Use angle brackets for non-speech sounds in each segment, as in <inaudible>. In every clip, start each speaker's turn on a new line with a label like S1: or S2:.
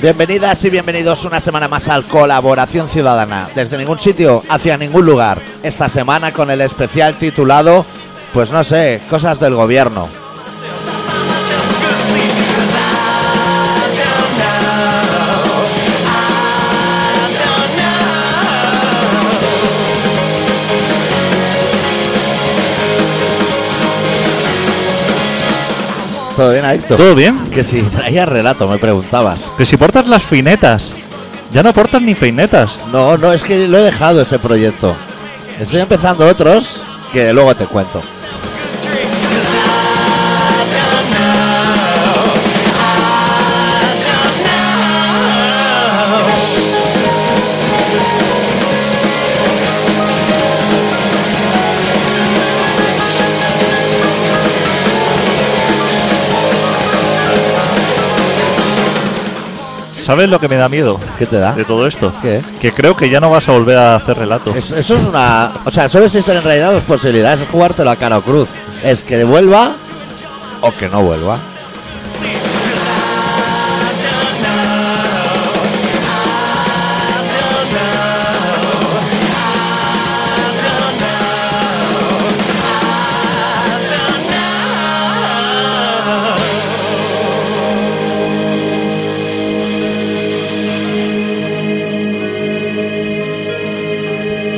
S1: Bienvenidas y bienvenidos una semana más al Colaboración Ciudadana. Desde ningún sitio, hacia ningún lugar. Esta semana con el especial titulado, pues no sé, cosas del gobierno. ¿Todo bien, Adicto?
S2: ¿Todo bien?
S1: Que si traía relato, me preguntabas.
S2: Que si portas las finetas. Ya no portas ni finetas.
S1: No, no, es que lo he dejado ese proyecto. Estoy empezando otros que luego te cuento.
S2: ¿Sabes lo que me da miedo
S1: ¿Qué te da?
S2: de todo esto?
S1: ¿Qué?
S2: Que creo que ya no vas a volver a hacer relato.
S1: Es- Eso, es una. O sea, solo existen en realidad dos posibilidades: es jugártelo a cara o cruz. Es que vuelva o que no vuelva.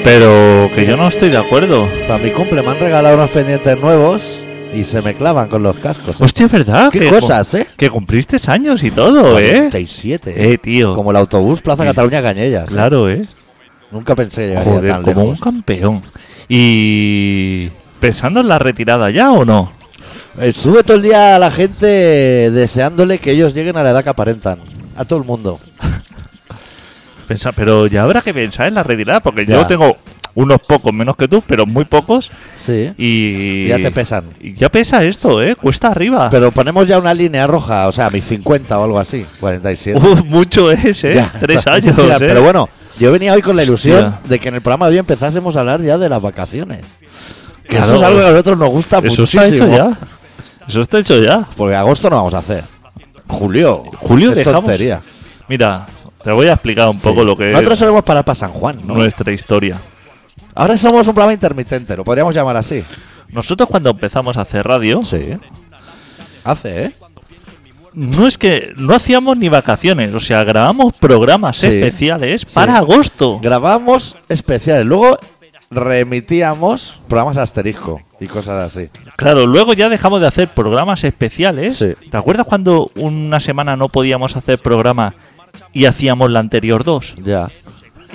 S2: Pero que yo no estoy de acuerdo.
S1: Para mi cumple me han regalado unos pendientes nuevos y se me clavan con los cascos.
S2: Hostia, es verdad.
S1: Qué
S2: que
S1: cosas, ¿eh?
S2: Que cumpliste años y todo, ¿eh?
S1: 47.
S2: Eh, tío.
S1: Como el autobús Plaza
S2: Sí.
S1: Cataluña Cañellas. ¿eh?
S2: Claro, ¿eh?
S1: Nunca pensé que llegaría
S2: Joder,
S1: tan
S2: como un
S1: lejos.
S2: campeón. Y... ¿Pensando en la retirada ya o no?
S1: Eh, Estuve todo el día a la gente deseándole que ellos lleguen a la edad que aparentan. A todo el mundo.
S2: Pensa- pero ya habrá que pensar en la retirada, porque
S1: Ya.
S2: yo tengo unos pocos menos que tú, pero muy pocos.
S1: Sí.
S2: Y
S1: Ya te pesan.
S2: y Ya pesa esto, ¿eh? Cuesta arriba.
S1: <laughs> Pero ponemos ya una línea roja, o sea, mis 50 o algo así. 47.
S2: <laughs> Uf, mucho es, ¿eh?
S1: Ya, <laughs>
S2: Tres
S1: está,
S2: años.
S1: es estirar,
S2: ¿eh?
S1: Pero bueno, yo venía hoy con la ilusión
S2: Hostia.
S1: de que en el programa de hoy empezásemos a hablar ya de las vacaciones. Que
S2: Claro.
S1: eso es algo que a nosotros nos gusta
S2: Eso
S1: muchísimo.
S2: está hecho ya. Eso está hecho ya.
S1: Porque agosto no vamos a hacer. Julio.
S2: Julio
S1: es
S2: dejamos
S1: tontería.
S2: Mira, te voy a explicar un poco
S1: Sí.
S2: lo que
S1: Nosotros
S2: es
S1: solemos parar para San Juan, ¿no?
S2: nuestra historia.
S1: Ahora somos un programa intermitente, lo podríamos llamar así.
S2: Nosotros cuando empezamos a hacer radio,
S1: Sí. Hace, ¿eh?
S2: no es que no hacíamos ni vacaciones, o sea, grabamos programas
S1: Sí.
S2: especiales para agosto.
S1: Grabamos especiales, luego remitíamos programas asterisco y cosas así.
S2: Claro, luego ya dejamos de hacer programas especiales.
S1: Sí.
S2: ¿Te acuerdas cuando una semana no podíamos hacer programa y hacíamos la anterior dos?
S1: Ya.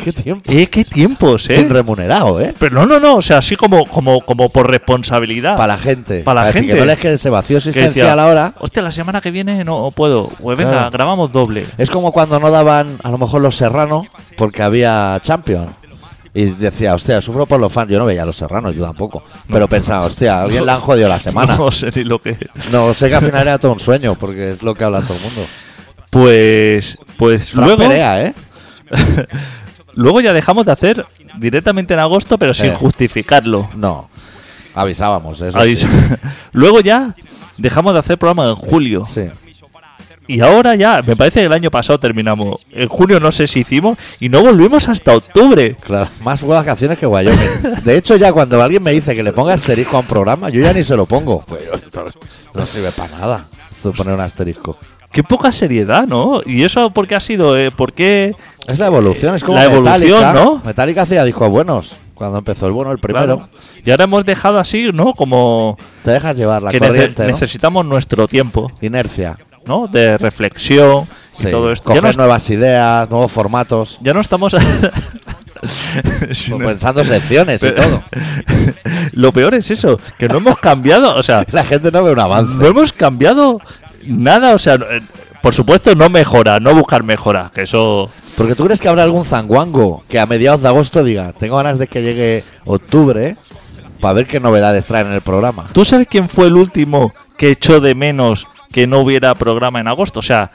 S1: Qué tiempo.
S2: Eh, qué tiempos, eh.
S1: Sin remunerado, ¿eh?
S2: Pero no, no, no, o sea, así como, como, como por responsabilidad.
S1: Para la gente.
S2: Para la
S1: decir
S2: gente.
S1: Que no les quede ese vacío
S2: Que decía,
S1: existencial ahora.
S2: Hostia, la semana que viene no puedo. Pues venga,
S1: Claro.
S2: grabamos doble.
S1: Es como cuando no daban, a lo mejor, los Serrano porque había Champion. Y decía, hostia, sufro por los fans. Yo no veía a los Serranos, yo tampoco. Pero pensaba, hostia, a alguien le han jodido la semana.
S2: <laughs> No sé ni lo que.
S1: No, sé que al final era todo un sueño, porque es lo que habla todo el
S2: <laughs>
S1: mundo.
S2: Pues. Pues
S1: Fran
S2: luego.
S1: Perea, ¿eh?
S2: Luego ya dejamos de hacer directamente en agosto, pero sin
S1: Eh.
S2: justificarlo.
S1: No. Avisábamos, ¿eh? eso.
S2: Ahí- <laughs>
S1: sí.
S2: luego ya dejamos de hacer programa en julio.
S1: Sí.
S2: Y ahora ya, me parece que el año pasado terminamos. En junio no sé si hicimos. Y no volvimos hasta octubre.
S1: Claro, <laughs> más vacaciones que Wyoming. De hecho, ya cuando alguien me dice que le ponga asterisco a un programa, yo ya ni se lo pongo. Pues, no sirve para nada esto de poner un asterisco.
S2: Qué poca seriedad, ¿no? Y eso porque ha sido. Eh, porque.
S1: Es la evolución, es como
S2: La evolución,
S1: Metallica.
S2: ¿no?
S1: Metallica hacía discos buenos. Cuando empezó el bueno, el primero.
S2: Y ahora hemos dejado así, ¿no? Como.
S1: Te dejas llevar la
S2: que nece-
S1: corriente, ¿no?
S2: necesitamos nuestro tiempo,
S1: Inercia.
S2: ¿no? De reflexión
S1: Sí.
S2: y todo esto. Ya
S1: Coger
S2: no, es-
S1: nuevas ideas, nuevos
S2: <laughs>
S1: formatos.
S2: ya no estamos Sino-
S1: Pensando secciones y
S2: Pero-
S1: todo.
S2: Lo peor es eso, que no hemos cambiado, o sea,
S1: La gente no ve un avance.
S2: no hemos cambiado nada, o sea, no- eh, por supuesto no mejora, no buscar mejora, que eso
S1: Porque tú crees que habrá algún zanguango que a mediados de agosto diga, tengo ganas de que llegue octubre para ver qué novedades traen en el programa.
S2: ¿Tú sabes quién fue el último que echó de menos que no hubiera programa en agosto? O sea,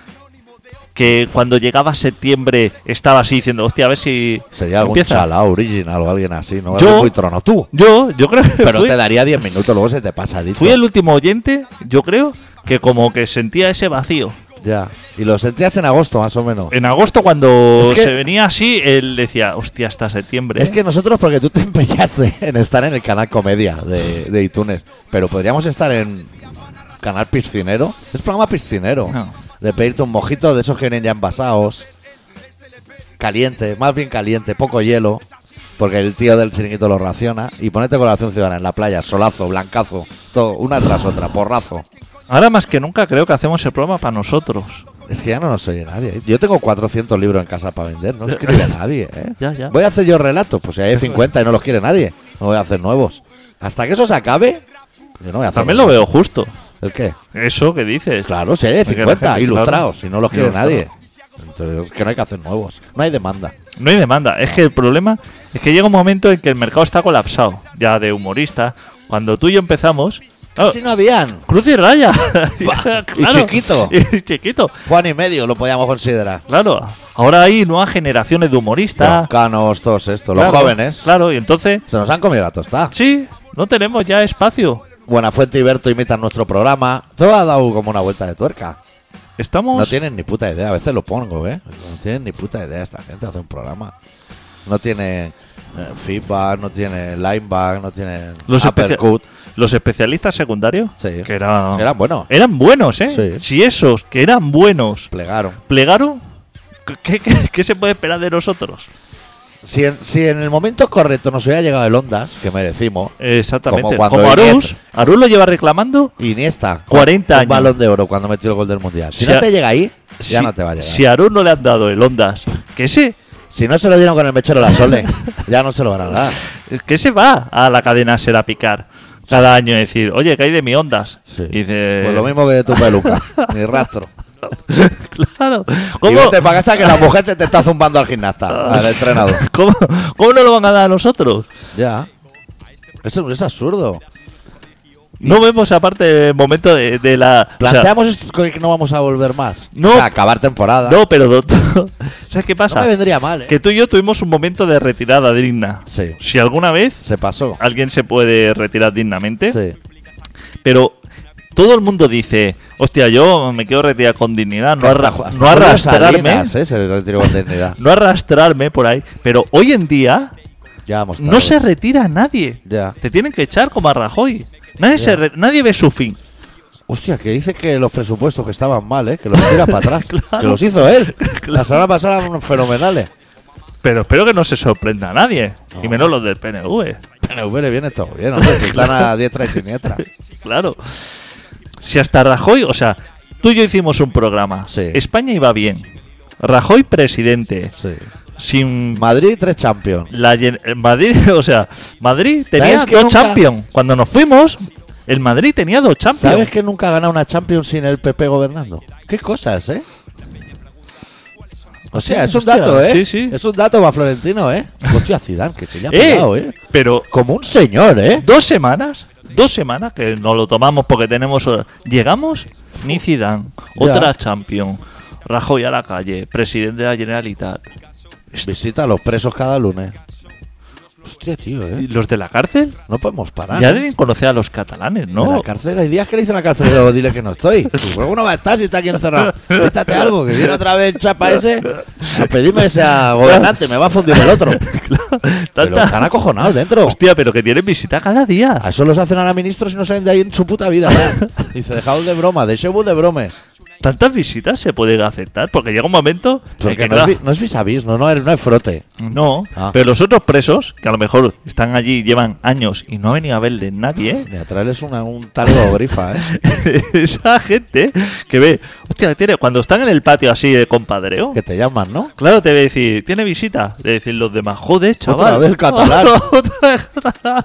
S2: que cuando llegaba septiembre estaba así diciendo, hostia, a ver si
S1: Sería algún
S2: empieza.
S1: chalao original o alguien así, ¿no?
S2: Yo-
S1: Fui trono
S2: <laughs>
S1: tú.
S2: Yo, yo creo que
S1: Pero
S2: fui,
S1: te daría 10 minutos, luego se te pasa, dicho.
S2: fui el último oyente, yo creo, que como que sentía ese vacío.
S1: Ya. Y lo sentías en agosto, más o menos.
S2: En agosto cuando
S1: Es que-
S2: se venía así, él decía, hostia, hasta septiembre.
S1: Es que nosotros, porque tú te <laughs> empeñaste en estar en el canal comedia de, de iTunes, pero podríamos estar en canal piscinero. Es programa piscinero.
S2: No.
S1: De pedirte un mojito de esos que vienen ya envasados. Caliente, más bien caliente, poco hielo. Porque el tío del chiringuito lo raciona. Y ponerte colaboración ciudadana en la playa, solazo, blancazo, todo, una tras otra, porrazo.
S2: Ahora más que nunca creo que hacemos el programa para nosotros.
S1: Es que ya no nos oye nadie. ¿eh? Yo tengo 400 libros en casa para vender, no escribe nadie. ¿eh?
S2: <laughs> Ya, ya.
S1: Voy a hacer yo relatos, pues si hay 50 y no los quiere nadie, no voy a hacer nuevos. Hasta que eso se acabe, yo no voy a hacer.
S2: También lo veo justo.
S1: ¿El qué?
S2: Eso que dices.
S1: Claro, si hay
S2: Porque la
S1: 50
S2: gente,
S1: ilustrados,
S2: claro,
S1: si no los quiere
S2: ilustrado.
S1: nadie. Entonces, es que no hay que hacer nuevos. No hay demanda.
S2: No hay demanda. Es que el problema es que llega un momento en que el mercado está colapsado. Ya de humorista. Cuando tú y yo empezamos. claro,
S1: Si no habían,
S2: Cruz y
S1: <laughs>
S2: raya. <laughs>
S1: Bah, y chiquito.
S2: Y chiquito.
S1: Juan y medio lo podíamos considerar.
S2: Claro. Ahora hay nuevas generaciones de humoristas.
S1: Los canos, todos estos,
S2: Claro,
S1: los jóvenes.
S2: Claro, y entonces.
S1: Se nos han comido la tostada.
S2: Sí, no tenemos ya espacio.
S1: Buenafuente y Berto imitan nuestro programa. Todo ha dado como una vuelta de tuerca.
S2: Estamos.
S1: No tienen ni puta idea, a veces lo pongo, ¿eh? No tienen ni puta idea esta gente hace un programa. No tiene eh, feedback, no tiene lineback, no tiene
S2: Los, especia-
S1: uppercut.
S2: los especialistas secundarios.
S1: Sí.
S2: Que era-
S1: Sí, eran buenos.
S2: Eran buenos, ¿eh?
S1: Sí.
S2: Si esos que eran buenos
S1: Plegaron.
S2: plegaron, ¿qué, qué- qué se puede esperar de nosotros?
S1: Si en, si en el momento correcto nos hubiera llegado el Ondas, que merecimos,
S2: Exactamente.
S1: Como
S2: Como,
S1: cuando
S2: Arús,
S1: Iniesta-
S2: Arús lo lleva reclamando.
S1: Iniesta.
S2: 40
S1: un
S2: años.
S1: balón de oro cuando metió el gol del Mundial. Si,
S2: Si
S1: no
S2: a-
S1: te llega ahí, ya
S2: Si-
S1: no te va a llegar.
S2: Si a Arús no le han dado el Ondas, que se,
S1: Si no se lo dieron con el mechero la
S2: <laughs>
S1: Sole, ya no se lo van a dar.
S2: que se va a la cadena será picar cada año y decir, oye, que hay de mi Ondas.
S1: Sí.
S2: Y dice,
S1: Pues lo mismo que de tu
S2: <laughs>
S1: peluca, ni rastro.
S2: claro.
S1: Y
S2: ¿Cómo,
S1: vete para casa que la mujer te, te está zumbando al gimnasta, al entrenador.
S2: cómo, cómo no lo van a dar a nosotros?
S1: <laughs> Ya. Eso es absurdo.
S2: No vemos aparte el momento de, de la... o sea,
S1: Planteamos esto que no vamos a volver más.
S2: No.
S1: O sea, acabar temporada.
S2: no, pero doctor, <laughs> ¿sabes qué
S1: No
S2: pasa?
S1: me vendría mal, ¿eh?
S2: que tú y yo tuvimos un momento de retirada digna.
S1: Sí.
S2: Si alguna vez
S1: Se pasó.
S2: alguien se puede retirar dignamente,
S1: Sí.
S2: pero todo el mundo dice, hostia, yo me quiero retirar con dignidad, no, arra-
S1: Hasta- hasta
S2: no arrastrarme,
S1: Salinas, ¿eh? Se retiró con dignidad.
S2: no arrastrarme por ahí. Pero hoy en día
S1: Ya vamos
S2: no
S1: tarde.
S2: se retira nadie.
S1: Ya.
S2: Te tienen que echar como a Rajoy. Nadie, se re- nadie ve su fin.
S1: Hostia, que dice que los presupuestos que estaban mal, ¿eh? Que los tira para <laughs> atrás.
S2: Claro.
S1: Que los hizo <laughs> él.
S2: Claro.
S1: Las horas pasadas eran <laughs> fenomenales.
S2: Pero espero que no se sorprenda a nadie, y menos los del PNV.
S1: Pero huele bien esto. Bien, hombre. que Están a diestra y siniestra.
S2: Claro. Si hasta Rajoy, o sea, tú y yo hicimos un programa.
S1: Sí.
S2: España iba bien. Rajoy presidente.
S1: Sí.
S2: Sin
S1: Madrid, tres champions.
S2: la llen- el Madrid, <laughs> o sea, Madrid tenía
S1: ¿Sabes que
S2: dos
S1: nunca-
S2: champions. Cuando nos fuimos, el Madrid tenía dos champions.
S1: ¿Sabes que nunca ha ganado una Champions sin el PP gobernando? Qué cosas, ¿eh? O sea, es un
S2: Hostia,
S1: dato, ¿eh?
S2: sí, sí.
S1: Es un dato para Florentino, ¿eh? Hostia, Zidane, que se le ha
S2: <laughs> Eh,
S1: pegado, ¿eh?
S2: Pero
S1: Como un señor, ¿eh?
S2: dos semanas, dos semanas que no lo tomamos porque tenemos hora- llegamos ni Zidane, otra champion, Rajoy a la calle, presidente de la Generalitat.
S1: Visita a los presos cada lunes. Hostia, tío,
S2: ¿Y
S1: ¿eh?
S2: los de la cárcel?
S1: No podemos parar.
S2: Ya
S1: ¿eh?
S2: deben conocer a los catalanes,
S1: En
S2: ¿no? <laughs>
S1: la cárcel hay días que le dicen a la cárcel, "Luego dile que no estoy. Pues, ¿Cómo no va a estar si está aquí encerrado? Suéltate algo, que viene otra vez el chapa ese a pedirme ese a gobernante, me va a fundir el
S2: <laughs>
S1: otro.
S2: Claro,
S1: Pero
S2: tanta-
S1: están acojonados dentro.
S2: Hostia, pero que tienen visita cada día.
S1: A eso los hacen ahora ministros y no salen de ahí en su puta vida. ¿eh? ¿no? <laughs> Dice, dejad de broma, de Shebu de bromes.
S2: Tantas visitas se pueden aceptar porque llega un momento en
S1: Porque
S2: que,
S1: no es,
S2: claro,
S1: vi- no es vis a vis, no, no, es, no es frote.
S2: no,
S1: Ah.
S2: pero los otros presos que a lo mejor están allí llevan años y no ha venido a verles nadie, <laughs>
S1: Ni atraerles una, un talgo grifa, ¿eh?
S2: esa gente que ve, hostia, tiene cuando están en el patio así de compadreo,
S1: Que te llaman, ¿no?
S2: claro, te ve decir, tiene visita, de decir los demás, joder, chaval.
S1: vez el catalán.
S2: <laughs> Otra vez catalán.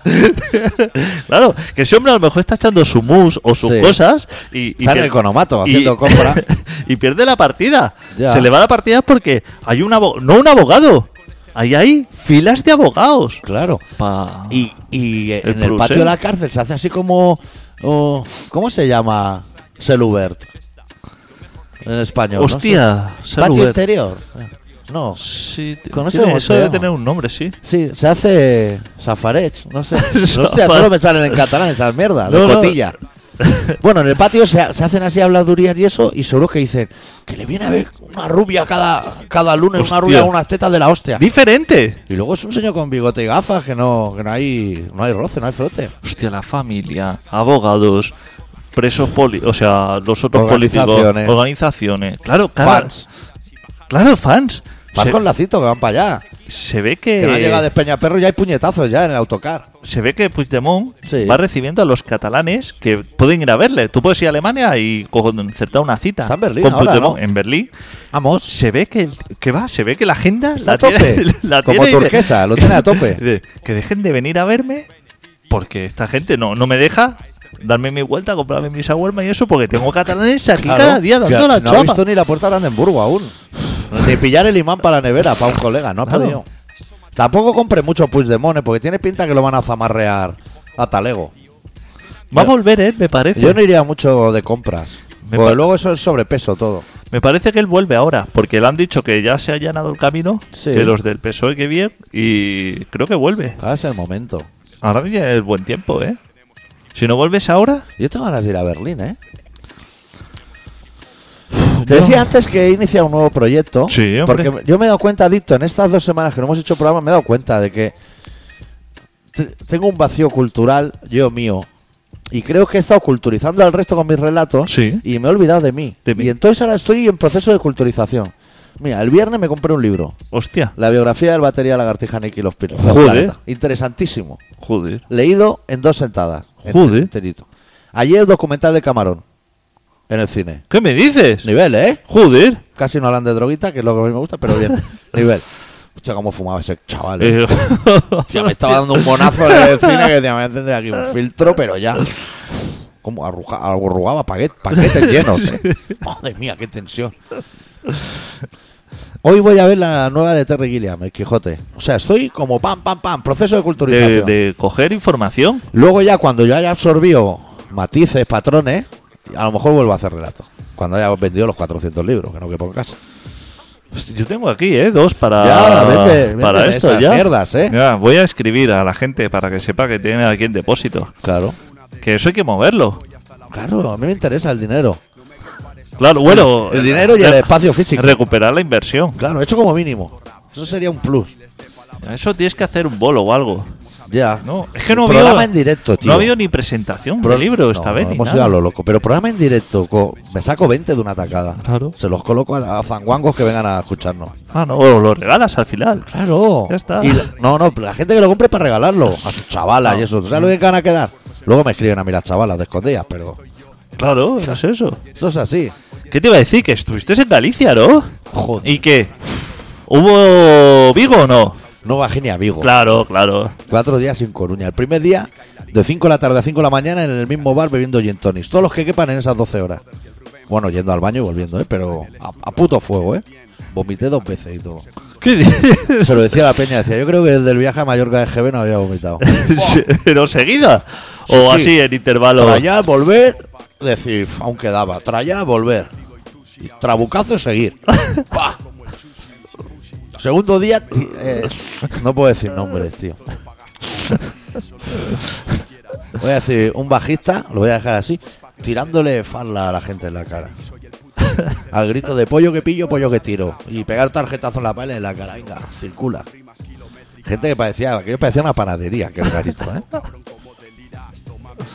S2: claro, que ese hombre a lo mejor está echando su mus o sus
S1: Sí.
S2: cosas y, y
S1: Está en
S2: pier-
S1: el economato
S2: y-
S1: haciendo compra.
S2: <laughs> y pierde la partida.
S1: Ya.
S2: Se le va la partida porque hay un abogado, no un abogado, ahí hay filas de abogados.
S1: Claro.
S2: Pa-
S1: Y, y en
S2: El
S1: el,
S2: plus,
S1: patio
S2: ¿eh?
S1: de la cárcel se hace así como. oh, ¿Cómo se llama? Selubert. en español. no sé.
S2: Hostia,
S1: Patio
S2: Saluber.
S1: exterior. No.
S2: Sí, t-
S1: Con eso
S2: tiene-
S1: hemos
S2: eso debe
S1: llegado.
S2: tener un nombre, sí.
S1: Sí, se hace safarech, no
S2: <laughs>
S1: sé. Hostia,
S2: Safar-
S1: solo me salen en catalán esas mierdas, de
S2: No, no.
S1: cotilla. Bueno, en el patio se, se hacen así habladurías y eso, y seguro que dicen que le viene a ver una rubia cada, cada lunes,
S2: Hostia.
S1: una rubia con unas tetas de la hostia.
S2: Diferente.
S1: Y luego es un señor con bigote y gafas que no, que no hay no hay roce, no hay frote.
S2: Hostia, la familia, abogados, presos poli, o sea, los otros
S1: Organizaciones.
S2: políticos, organizaciones. Claro, cada-
S1: Fans.
S2: Claro, fans.
S1: Vas
S2: Se,
S1: con lacito que van para allá.
S2: se ve que,
S1: Que no ha llegado de Peñaperro y hay puñetazos ya en el autocar.
S2: se ve que Puigdemont
S1: Sí.
S2: va recibiendo a los catalanes que pueden ir a verle. Tú puedes ir a Alemania y concertar una cita
S1: Está en Berlín
S2: con
S1: ahora,
S2: Puigdemont
S1: ¿no?
S2: en Berlín.
S1: Vamos.
S2: Se ve que el- que va, se ve que la agenda
S1: Está
S2: la
S1: a tope.
S2: tiene- <laughs> la
S1: Como
S2: tiene y de-
S1: turquesa, lo
S2: <laughs>
S1: tiene a tope.
S2: de- que dejen de venir a verme porque esta gente no, no me deja darme mi vuelta, comprarme mi shawarma y eso porque tengo catalanes aquí cada día dando
S1: que
S2: la
S1: no ha
S2: chapa.
S1: visto ni la puerta de Brandenburgo aún. Ni pillar el imán para la nevera, para un colega, no ha
S2: Claro.
S1: podido. Tampoco compre mucho Puigdemont, ¿eh? porque tiene pinta que lo van a zamarrear a talego.
S2: Va a volver, ¿eh? me parece.
S1: Yo no iría mucho de compras.
S2: Me
S1: porque
S2: pa-
S1: luego eso es sobrepeso todo.
S2: Me parece que él vuelve ahora, porque le han dicho que ya se ha allanado el camino,
S1: Sí.
S2: que los del PSOE que bien, y creo que vuelve.
S1: Ahora es el momento.
S2: Ahora mismo es buen tiempo, ¿eh? Si no vuelves ahora,
S1: Yo tengo ganas de ir a Berlín, ¿eh? Te
S2: yo-
S1: decía antes que he iniciado un nuevo proyecto.
S2: Sí, hombre.
S1: Porque yo me he dado cuenta, Adicto, en estas dos semanas que no hemos hecho programa, me he dado cuenta de que te- tengo un vacío cultural yo mío. Y creo que he estado culturizando al resto con mis relatos
S2: Sí.
S1: y me he olvidado de mí.
S2: De mí.
S1: Y entonces ahora estoy en proceso de culturización. Mira, el viernes me compré un libro,
S2: Hostia,
S1: La biografía del batería Lagartija Nicky Los Pinos.
S2: Joder.
S1: Interesantísimo.
S2: joder.
S1: Leído en dos sentadas.
S2: Joder.
S1: Enterito. Ayer el documental de Camarón. En el cine.
S2: ¿Qué me dices?
S1: Nivel, ¿eh?
S2: Joder.
S1: Casi no hablan de droguita, que es lo que a mí me gusta, pero <laughs> bien. Nivel. Hostia, cómo fumaba ese chaval. ¿eh?
S2: Eh, <laughs>
S1: Hostia, me estaba dando un bonazo en el cine que decía, me voy a encender aquí un filtro, pero ya. Como arruga- arrugaba paquet- paquetes llenos. <laughs> ¿eh? Madre mía, qué tensión. Hoy voy a ver la nueva de Terry Gilliam, El Quijote. O sea, estoy como pam, pam, pam, proceso de culturización.
S2: de, de coger información.
S1: Luego ya cuando yo haya absorbido matices, patrones, a lo mejor vuelvo a hacer relato. Cuando haya vendido los 400 libros, que no que por casa.
S2: Hostia, Yo tengo aquí, ¿eh? Dos para,
S1: Ya, vende- vende
S2: para
S1: de
S2: esto,
S1: esas
S2: ya.
S1: mierdas, ¿eh?
S2: Ya, voy a escribir a la gente para que sepa que tiene aquí en depósito.
S1: Claro.
S2: Que eso hay que moverlo.
S1: Claro, a mí me interesa el dinero.
S2: Claro, bueno.
S1: El dinero y el
S2: re-
S1: espacio físico.
S2: Recuperar la inversión.
S1: Claro, eso como mínimo. Eso sería un plus.
S2: Eso tienes que hacer un bolo o algo.
S1: Ya.
S2: No, es que no ha habido.
S1: programa en directo, tío.
S2: No ha habido ni presentación
S1: Pro-
S2: del libro esta
S1: No,
S2: vez.
S1: no,
S2: ni
S1: hemos
S2: nada.
S1: ido a lo loco. Pero programa en directo. co- me saco 20 de una tacada.
S2: Claro.
S1: Se los coloco a, a zanguangos que vengan a escucharnos.
S2: Ah, no, o lo regalas al final.
S1: Claro.
S2: Ya está.
S1: Y la- no, no, la gente que lo compre para regalarlo. A sus chavalas y eso. ¿Tú sabes lo bien que van a quedar? Luego me escriben a mí las chavalas de escondidas, pero
S2: Claro, no es eso.
S1: eso es así.
S2: ¿Qué te iba a decir? Que estuviste en Galicia, ¿no?
S1: Joder.
S2: ¿Y qué? ¿Hubo Vigo o no?
S1: No bajé ni a Vigo.
S2: Claro, claro.
S1: Cuatro días sin Coruña. El primer día, de 5 de la tarde a 5 de la mañana, en el mismo bar bebiendo gin tonics. Todos los que quepan en esas 12 horas. Bueno, yendo al baño y volviendo, ¿eh? Pero a, a puto fuego, ¿eh? Vomité dos veces y todo.
S2: ¿Qué dices?
S1: Se lo decía a la peña, decía, yo creo que desde el viaje a Mallorca de GB no había vomitado.
S2: <laughs> ¿Pero seguida?
S1: Sí,
S2: ¿O
S1: sí.
S2: así en intervalo?
S1: Trallar, volver, decir, "Uf, aún quedaba. Trallar, volver. Y Trabucazo, seguir. ¡Pah! Segundo día, ti- eh, no puedo decir nombres, tío. Voy a decir, un bajista, lo voy a dejar así, tirándole farla a la gente en la cara. Al grito de pollo que pillo, pollo que tiro. Y pegar tarjetazo en la pala y en la cara. Venga, circula. Gente que parecía, que parecía una panadería, que garito, ¿eh?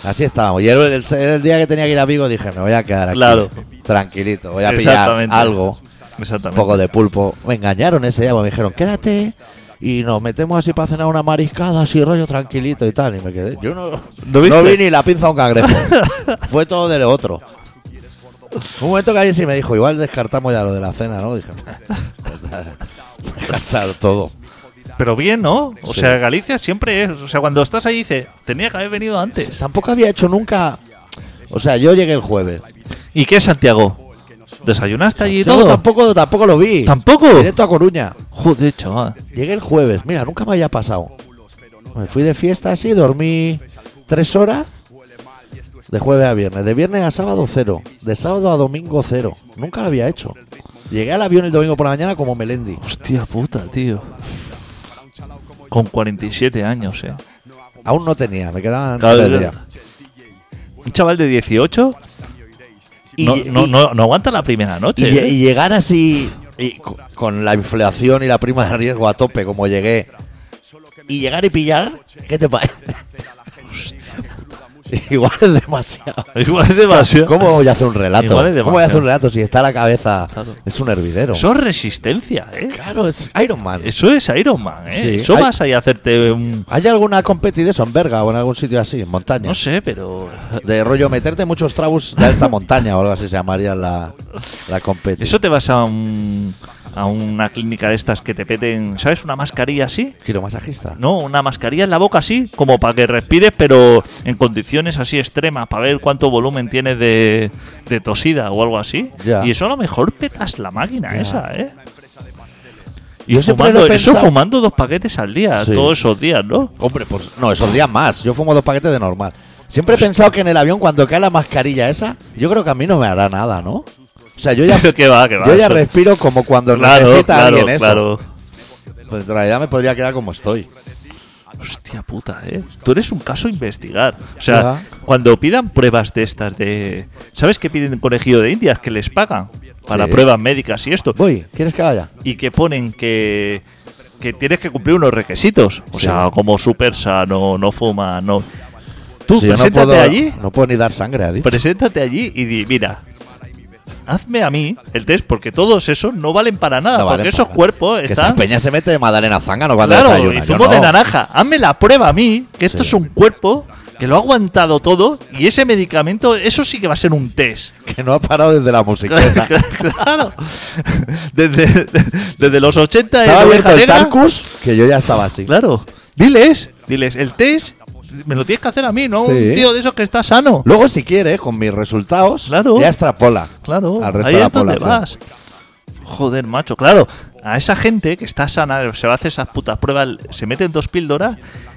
S1: Así estábamos. Y el, el- el día que tenía que ir a Vigo dije, me voy a quedar aquí.
S2: Claro.
S1: Tranquilito, voy a pillar
S2: Exactamente.
S1: algo, un
S2: Exactamente.
S1: poco de pulpo. Me engañaron ese día, porque me dijeron, quédate y nos metemos así para cenar una mariscada, así rollo tranquilito y tal. Y me quedé. Yo no,
S2: ¿No viste?
S1: vi ni la pinza a un cangrejo. Fue todo de lo otro. Un momento que alguien sí me dijo, igual descartamos ya lo de la cena, ¿no? Dije, descartar todo.
S2: Pero bien, ¿no? O
S1: Sí.
S2: sea, Galicia siempre es. O sea, cuando estás ahí dices, tenía que haber venido antes.
S1: Tampoco había hecho nunca. O sea, yo llegué el jueves.
S2: ¿Y qué, Santiago? ¿Desayunaste allí y
S1: Yo
S2: todo?
S1: tampoco, tampoco lo vi.
S2: ¿Tampoco?
S1: Directo a Coruña.
S2: Joder, chaval.
S1: Llegué el jueves, mira, nunca me había pasado. Me fui de fiesta así, dormí tres horas De jueves a viernes. De viernes a sábado, cero. De sábado a domingo, cero. Nunca lo había hecho. Llegué al avión el domingo por la mañana como Melendi.
S2: Hostia puta, tío. Con 47 años, eh.
S1: Aún no tenía, me quedaban
S2: Claro,
S1: tres
S2: yo-
S1: días.
S2: Un chaval de 18
S1: Y-
S2: no, no,
S1: y-
S2: no- no aguanta la primera
S1: Y,
S2: noche.
S1: lle-
S2: eh.
S1: y llegar así, y co- con la inflación y la prima de riesgo a tope, como llegué. Y llegar y pillar, ¿qué te parece? <laughs> Igual es demasiado.
S2: <laughs> Igual es demasiado.
S1: ¿Cómo voy a hacer un relato?
S2: Igual es
S1: ¿Cómo voy a hacer
S2: demasiado.
S1: un relato si está la cabeza?
S2: Claro.
S1: Es un hervidero.
S2: Eso es resistencia, eh.
S1: Claro, es Iron Man.
S2: Eso es Iron Man, eh.
S1: Sí.
S2: Eso
S1: Hay-
S2: vas ahí a hacerte un.
S1: ¿Hay alguna competi de eso en Berga o en algún sitio así, en montaña?
S2: No sé, pero.
S1: De rollo meterte muchos trabus de alta montaña o algo así se llamaría la, la competi.
S2: Eso te vas a un. A una clínica de estas que te peten, ¿sabes? Una mascarilla así.
S1: Quiromasajista.
S2: No, una mascarilla en la boca así, como para que respires, pero en condiciones así extremas, para ver cuánto volumen tienes de, de tosida o algo así.
S1: Ya.
S2: Y eso a lo mejor petas la máquina esa, ¿eh? Y
S1: Yo siempre
S2: fumando,
S1: lo he
S2: eso
S1: pensado-
S2: fumando dos paquetes al día,
S1: Sí.
S2: todos esos días, ¿no?
S1: Hombre, pues no, esos días más. Yo fumo dos paquetes de normal. Siempre he pensado que en el avión cuando cae la mascarilla esa, yo creo que a mí no me hará nada, ¿no? O sea, yo
S2: <laughs>
S1: ya,
S2: que va, que va.
S1: yo ya
S2: eso-
S1: respiro como cuando
S2: Claro,
S1: necesita
S2: claro,
S1: alguien eso.
S2: claro.
S1: Pues en realidad me podría quedar como estoy.
S2: Hostia puta, ¿eh? Tú eres un caso a investigar. O sea,
S1: Ya.
S2: cuando pidan pruebas de estas de... ¿Sabes qué piden conejillo de indias? Que les pagan para
S1: Sí.
S2: pruebas médicas y esto.
S1: Voy, ¿quieres que vaya?
S2: y que ponen que, que tienes que cumplir unos requisitos. O
S1: Sí.
S2: sea, como super sano, no fuma, no. Tú,
S1: Sí,
S2: preséntate
S1: no puedo,
S2: allí,
S1: No puedo ni dar sangre, ha dicho.
S2: preséntate allí y di, mira, hazme a mí el test, porque todos esos no valen para nada,
S1: No vale
S2: porque esos
S1: para-
S2: cuerpos
S1: Que esa
S2: están.
S1: peña se mete de Madalena Zángano cuando
S2: Claro,
S1: desayuna.
S2: y
S1: yo
S2: zumo de
S1: no.
S2: naranja. Hazme la prueba a mí, que esto
S1: Sí.
S2: es un cuerpo que lo ha aguantado todo y ese medicamento, eso sí que va a ser un
S1: <laughs>
S2: test.
S1: Que no ha parado desde la musiqueta.
S2: <laughs> claro. Desde, desde los 80 en
S1: Estaba abierto
S2: Oveja
S1: el
S2: Negra.
S1: Tarkus, que yo ya estaba así.
S2: Claro. Diles, diles, el test me lo tienes que hacer a mí, no
S1: Sí.
S2: un tío de esos que está sano.
S1: Luego, si quieres, con mis resultados,
S2: Claro.
S1: ya extrapola.
S2: Claro,
S1: al resto
S2: ahí
S1: de la
S2: es donde
S1: población.
S2: vas. Joder, macho, claro. A esa gente que está sana, se va a hacer esas putas pruebas, se meten dos píldoras.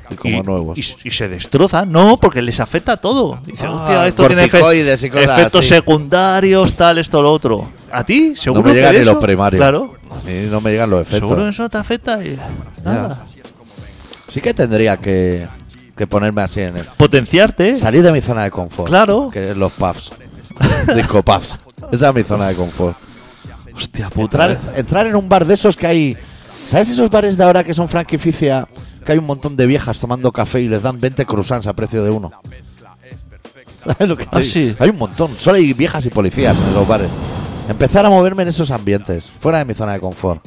S1: Y como nuevos.
S2: Y, y se destroza, no, porque les afecta todo. Dice,
S1: Ah,
S2: hostia, esto tiene efe-
S1: corticoides y cosas
S2: efectos
S1: así".
S2: secundarios, tal, esto, lo otro. A ti, seguro
S1: No me
S2: que
S1: llegan
S2: de
S1: ni los
S2: eso-
S1: primarios.
S2: Claro,
S1: A mí no me llegan los
S2: seguro que
S1: efectos.
S2: eso te afecta y nada.
S1: Sí que tendría que, que ponerme así en el.
S2: Potenciarte. ¿eh?
S1: Salir de mi zona de confort.
S2: Claro.
S1: Que es los pubs. <laughs> Disco pubs. Esa es mi zona de confort.
S2: Hostia puta. eh.
S1: Entrar, entrar en un bar de esos que hay. ¿Sabes esos bares de ahora que son franquicia? Que hay un montón de viejas tomando café y les dan 20 croissants a precio de uno. ¿Sabes lo que te
S2: Ah,
S1: digo?
S2: sí.
S1: Hay un montón. Solo hay viejas y policías en los bares. Empezar a moverme en esos ambientes, fuera de mi zona de confort.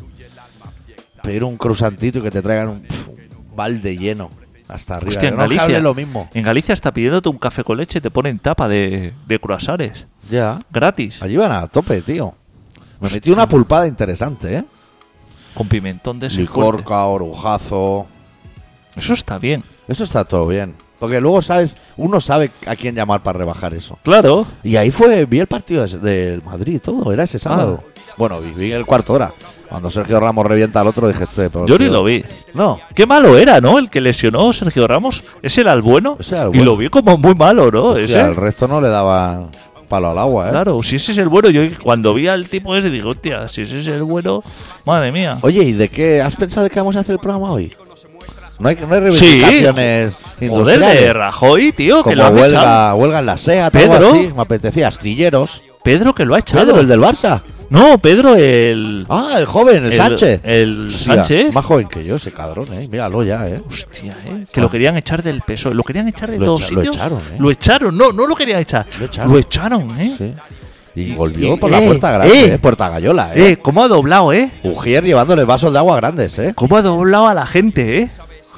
S1: Pedir un croissantito y que te traigan un, pf, un balde lleno hasta arriba.
S2: Hostia,
S1: Que
S2: en
S1: no
S2: Galicia.
S1: hable lo mismo.
S2: En Galicia está pidiéndote un café con leche, te ponen tapa de, de croissants.
S1: Ya.
S2: Gratis.
S1: Allí van a tope, tío. Me metí una pulpada interesante, ¿eh?
S2: Con pimentón de ese fuerte.
S1: Licorca, orujazo.
S2: Eso está bien.
S1: Eso está todo bien. Porque luego sabes, uno sabe a quién llamar para rebajar eso.
S2: Claro.
S1: Y ahí fue, vi el partido des- del Madrid y todo, era ese sábado.
S2: Ah.
S1: Bueno, vi, vi el cuarto hora. Cuando Sergio Ramos revienta al otro, dije, este, pero
S2: Yo ni
S1: tío,
S2: lo vi.
S1: No,
S2: Qué malo era, ¿no? El que lesionó Sergio Ramos. Ese era el bueno.
S1: Ese era el
S2: Y
S1: bueno.
S2: lo vi como muy malo, ¿no?
S1: o
S2: Ese.
S1: sea, el resto no le daba palo al agua, ¿eh?
S2: Claro, si ese es el bueno, yo cuando vi al tipo ese digo, hostia, si ese es el bueno, madre mía.
S1: Oye, ¿y de qué? ¿Has pensado de qué vamos a hacer el programa hoy? No hay, no hay
S2: Sí,
S1: reivindicaciones
S2: Joder,
S1: industriales.
S2: de Rajoy, tío, que lo
S1: como
S2: han echado.
S1: huelga, huelga en la SEA, algo
S2: Pedro.
S1: así. Me apetecía astilleros.
S2: Pedro que lo ha echado.
S1: Pedro, el del Barça.
S2: No, Pedro el...
S1: Ah, el joven, el,
S2: el-
S1: Sánchez.
S2: El
S1: Hostia,
S2: Sánchez.
S1: Más joven que yo ese cabrón, ¿eh? Míralo ya, ¿eh?
S2: Hostia, ¿eh? Que lo querían echar del peso. Lo querían echar de
S1: Lo
S2: todos
S1: echa- lo
S2: sitios.
S1: echaron, ¿eh?
S2: Lo echaron, no, no lo querían echar.
S1: Lo echaron.
S2: ¿eh?
S1: Sí. Y volvió
S2: y-
S1: por la
S2: eh,
S1: puerta grande,
S2: eh.
S1: eh, puerta gallola, eh.
S2: Eh, cómo ha doblado, ¿eh?
S1: Ujier llevándole vasos de agua grandes, eh.
S2: Cómo ha doblado a la gente, ¿eh?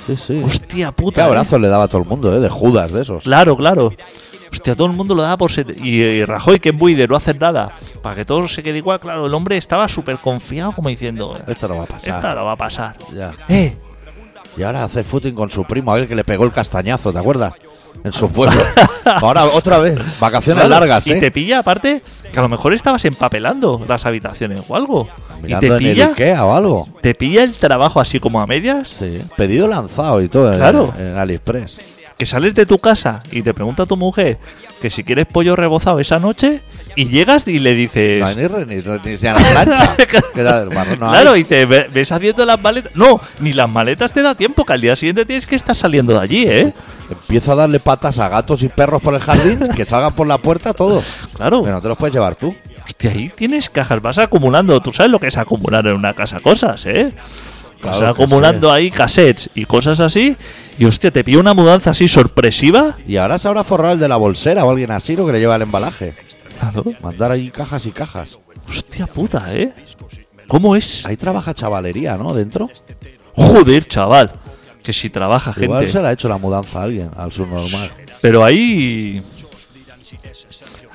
S1: Sí, sí.
S2: Hostia
S1: Qué
S2: puta. ¿eh?
S1: abrazo le daba a todo el mundo, eh, de Judas de esos.
S2: Claro, claro. Hostia, todo el mundo lo daba por... sete- Y, eh, y Rajoy, que es muy de no hacer nada. Para que todo se quede igual, claro. El hombre estaba súper confiado como diciendo...
S1: Esto no va a pasar.
S2: Esta no va a pasar.
S1: Ya.
S2: Eh,
S1: Y ahora hacer footing con su primo, a ver que le pegó el castañazo, ¿te acuerdas? En su
S2: <laughs>
S1: pueblo. ahora otra vez, vacaciones
S2: Claro,
S1: largas,
S2: Y te
S1: eh.
S2: pilla, aparte, que a lo mejor estabas empapelando las habitaciones o algo. y
S1: Mirando
S2: te
S1: en el
S2: pilla,
S1: Ikea o algo.
S2: te pilla el trabajo así como a medias.
S1: Sí. Pedido lanzado y todo en-
S2: Claro.
S1: en, AliExpress.
S2: que sales de tu casa y te pregunta a tu mujer que si quieres pollo rebozado esa noche y llegas y le dices...
S1: No hay ni, re- ni, ni- ni a la
S2: <laughs>
S1: plancha. que era del barro, no hay.
S2: claro, dices, "Ve- ves haciendo las maletas... No, ni las maletas te da tiempo, que al día siguiente tienes que estar saliendo de allí, ¿eh?
S1: Empiezo a darle patas a gatos y perros por el jardín, que salgan por la puerta todos.
S2: Claro.
S1: Pero no te los puedes llevar tú.
S2: Hostia, ahí tienes cajas, vas acumulando. Tú sabes lo que es acumular en una casa cosas, ¿eh? Vas
S1: Claro que
S2: acumulando ahí cassettes y cosas así. Y hostia, te pilla una mudanza así sorpresiva.
S1: Y ahora se habrá forrado el de la bolsera o alguien así, lo que le lleva el embalaje.
S2: Claro.
S1: Mandar ahí cajas y cajas.
S2: Hostia puta, ¿eh? ¿Cómo es?
S1: Ahí trabaja chavalería, ¿no? Dentro.
S2: Joder, chaval. Que si trabaja
S1: Igual se
S2: gente.
S1: le ha hecho la mudanza a alguien, al subnormal.
S2: Pero ahí.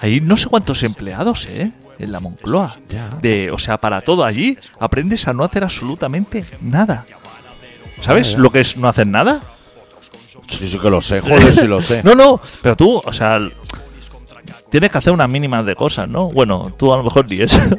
S2: Ahí no sé cuántos empleados, ¿eh? En la Moncloa.
S1: Ya.
S2: De, o sea, para todo allí aprendes a no hacer absolutamente nada. ¿Sabes
S1: Ya, ya.
S2: lo que es no hacer nada?
S1: Sí, sí que lo sé, joder, sí lo sé.
S2: <laughs> No, no, pero tú, o sea, l- tienes que hacer unas mínimas de cosas, ¿no? Bueno, tú a lo mejor 10.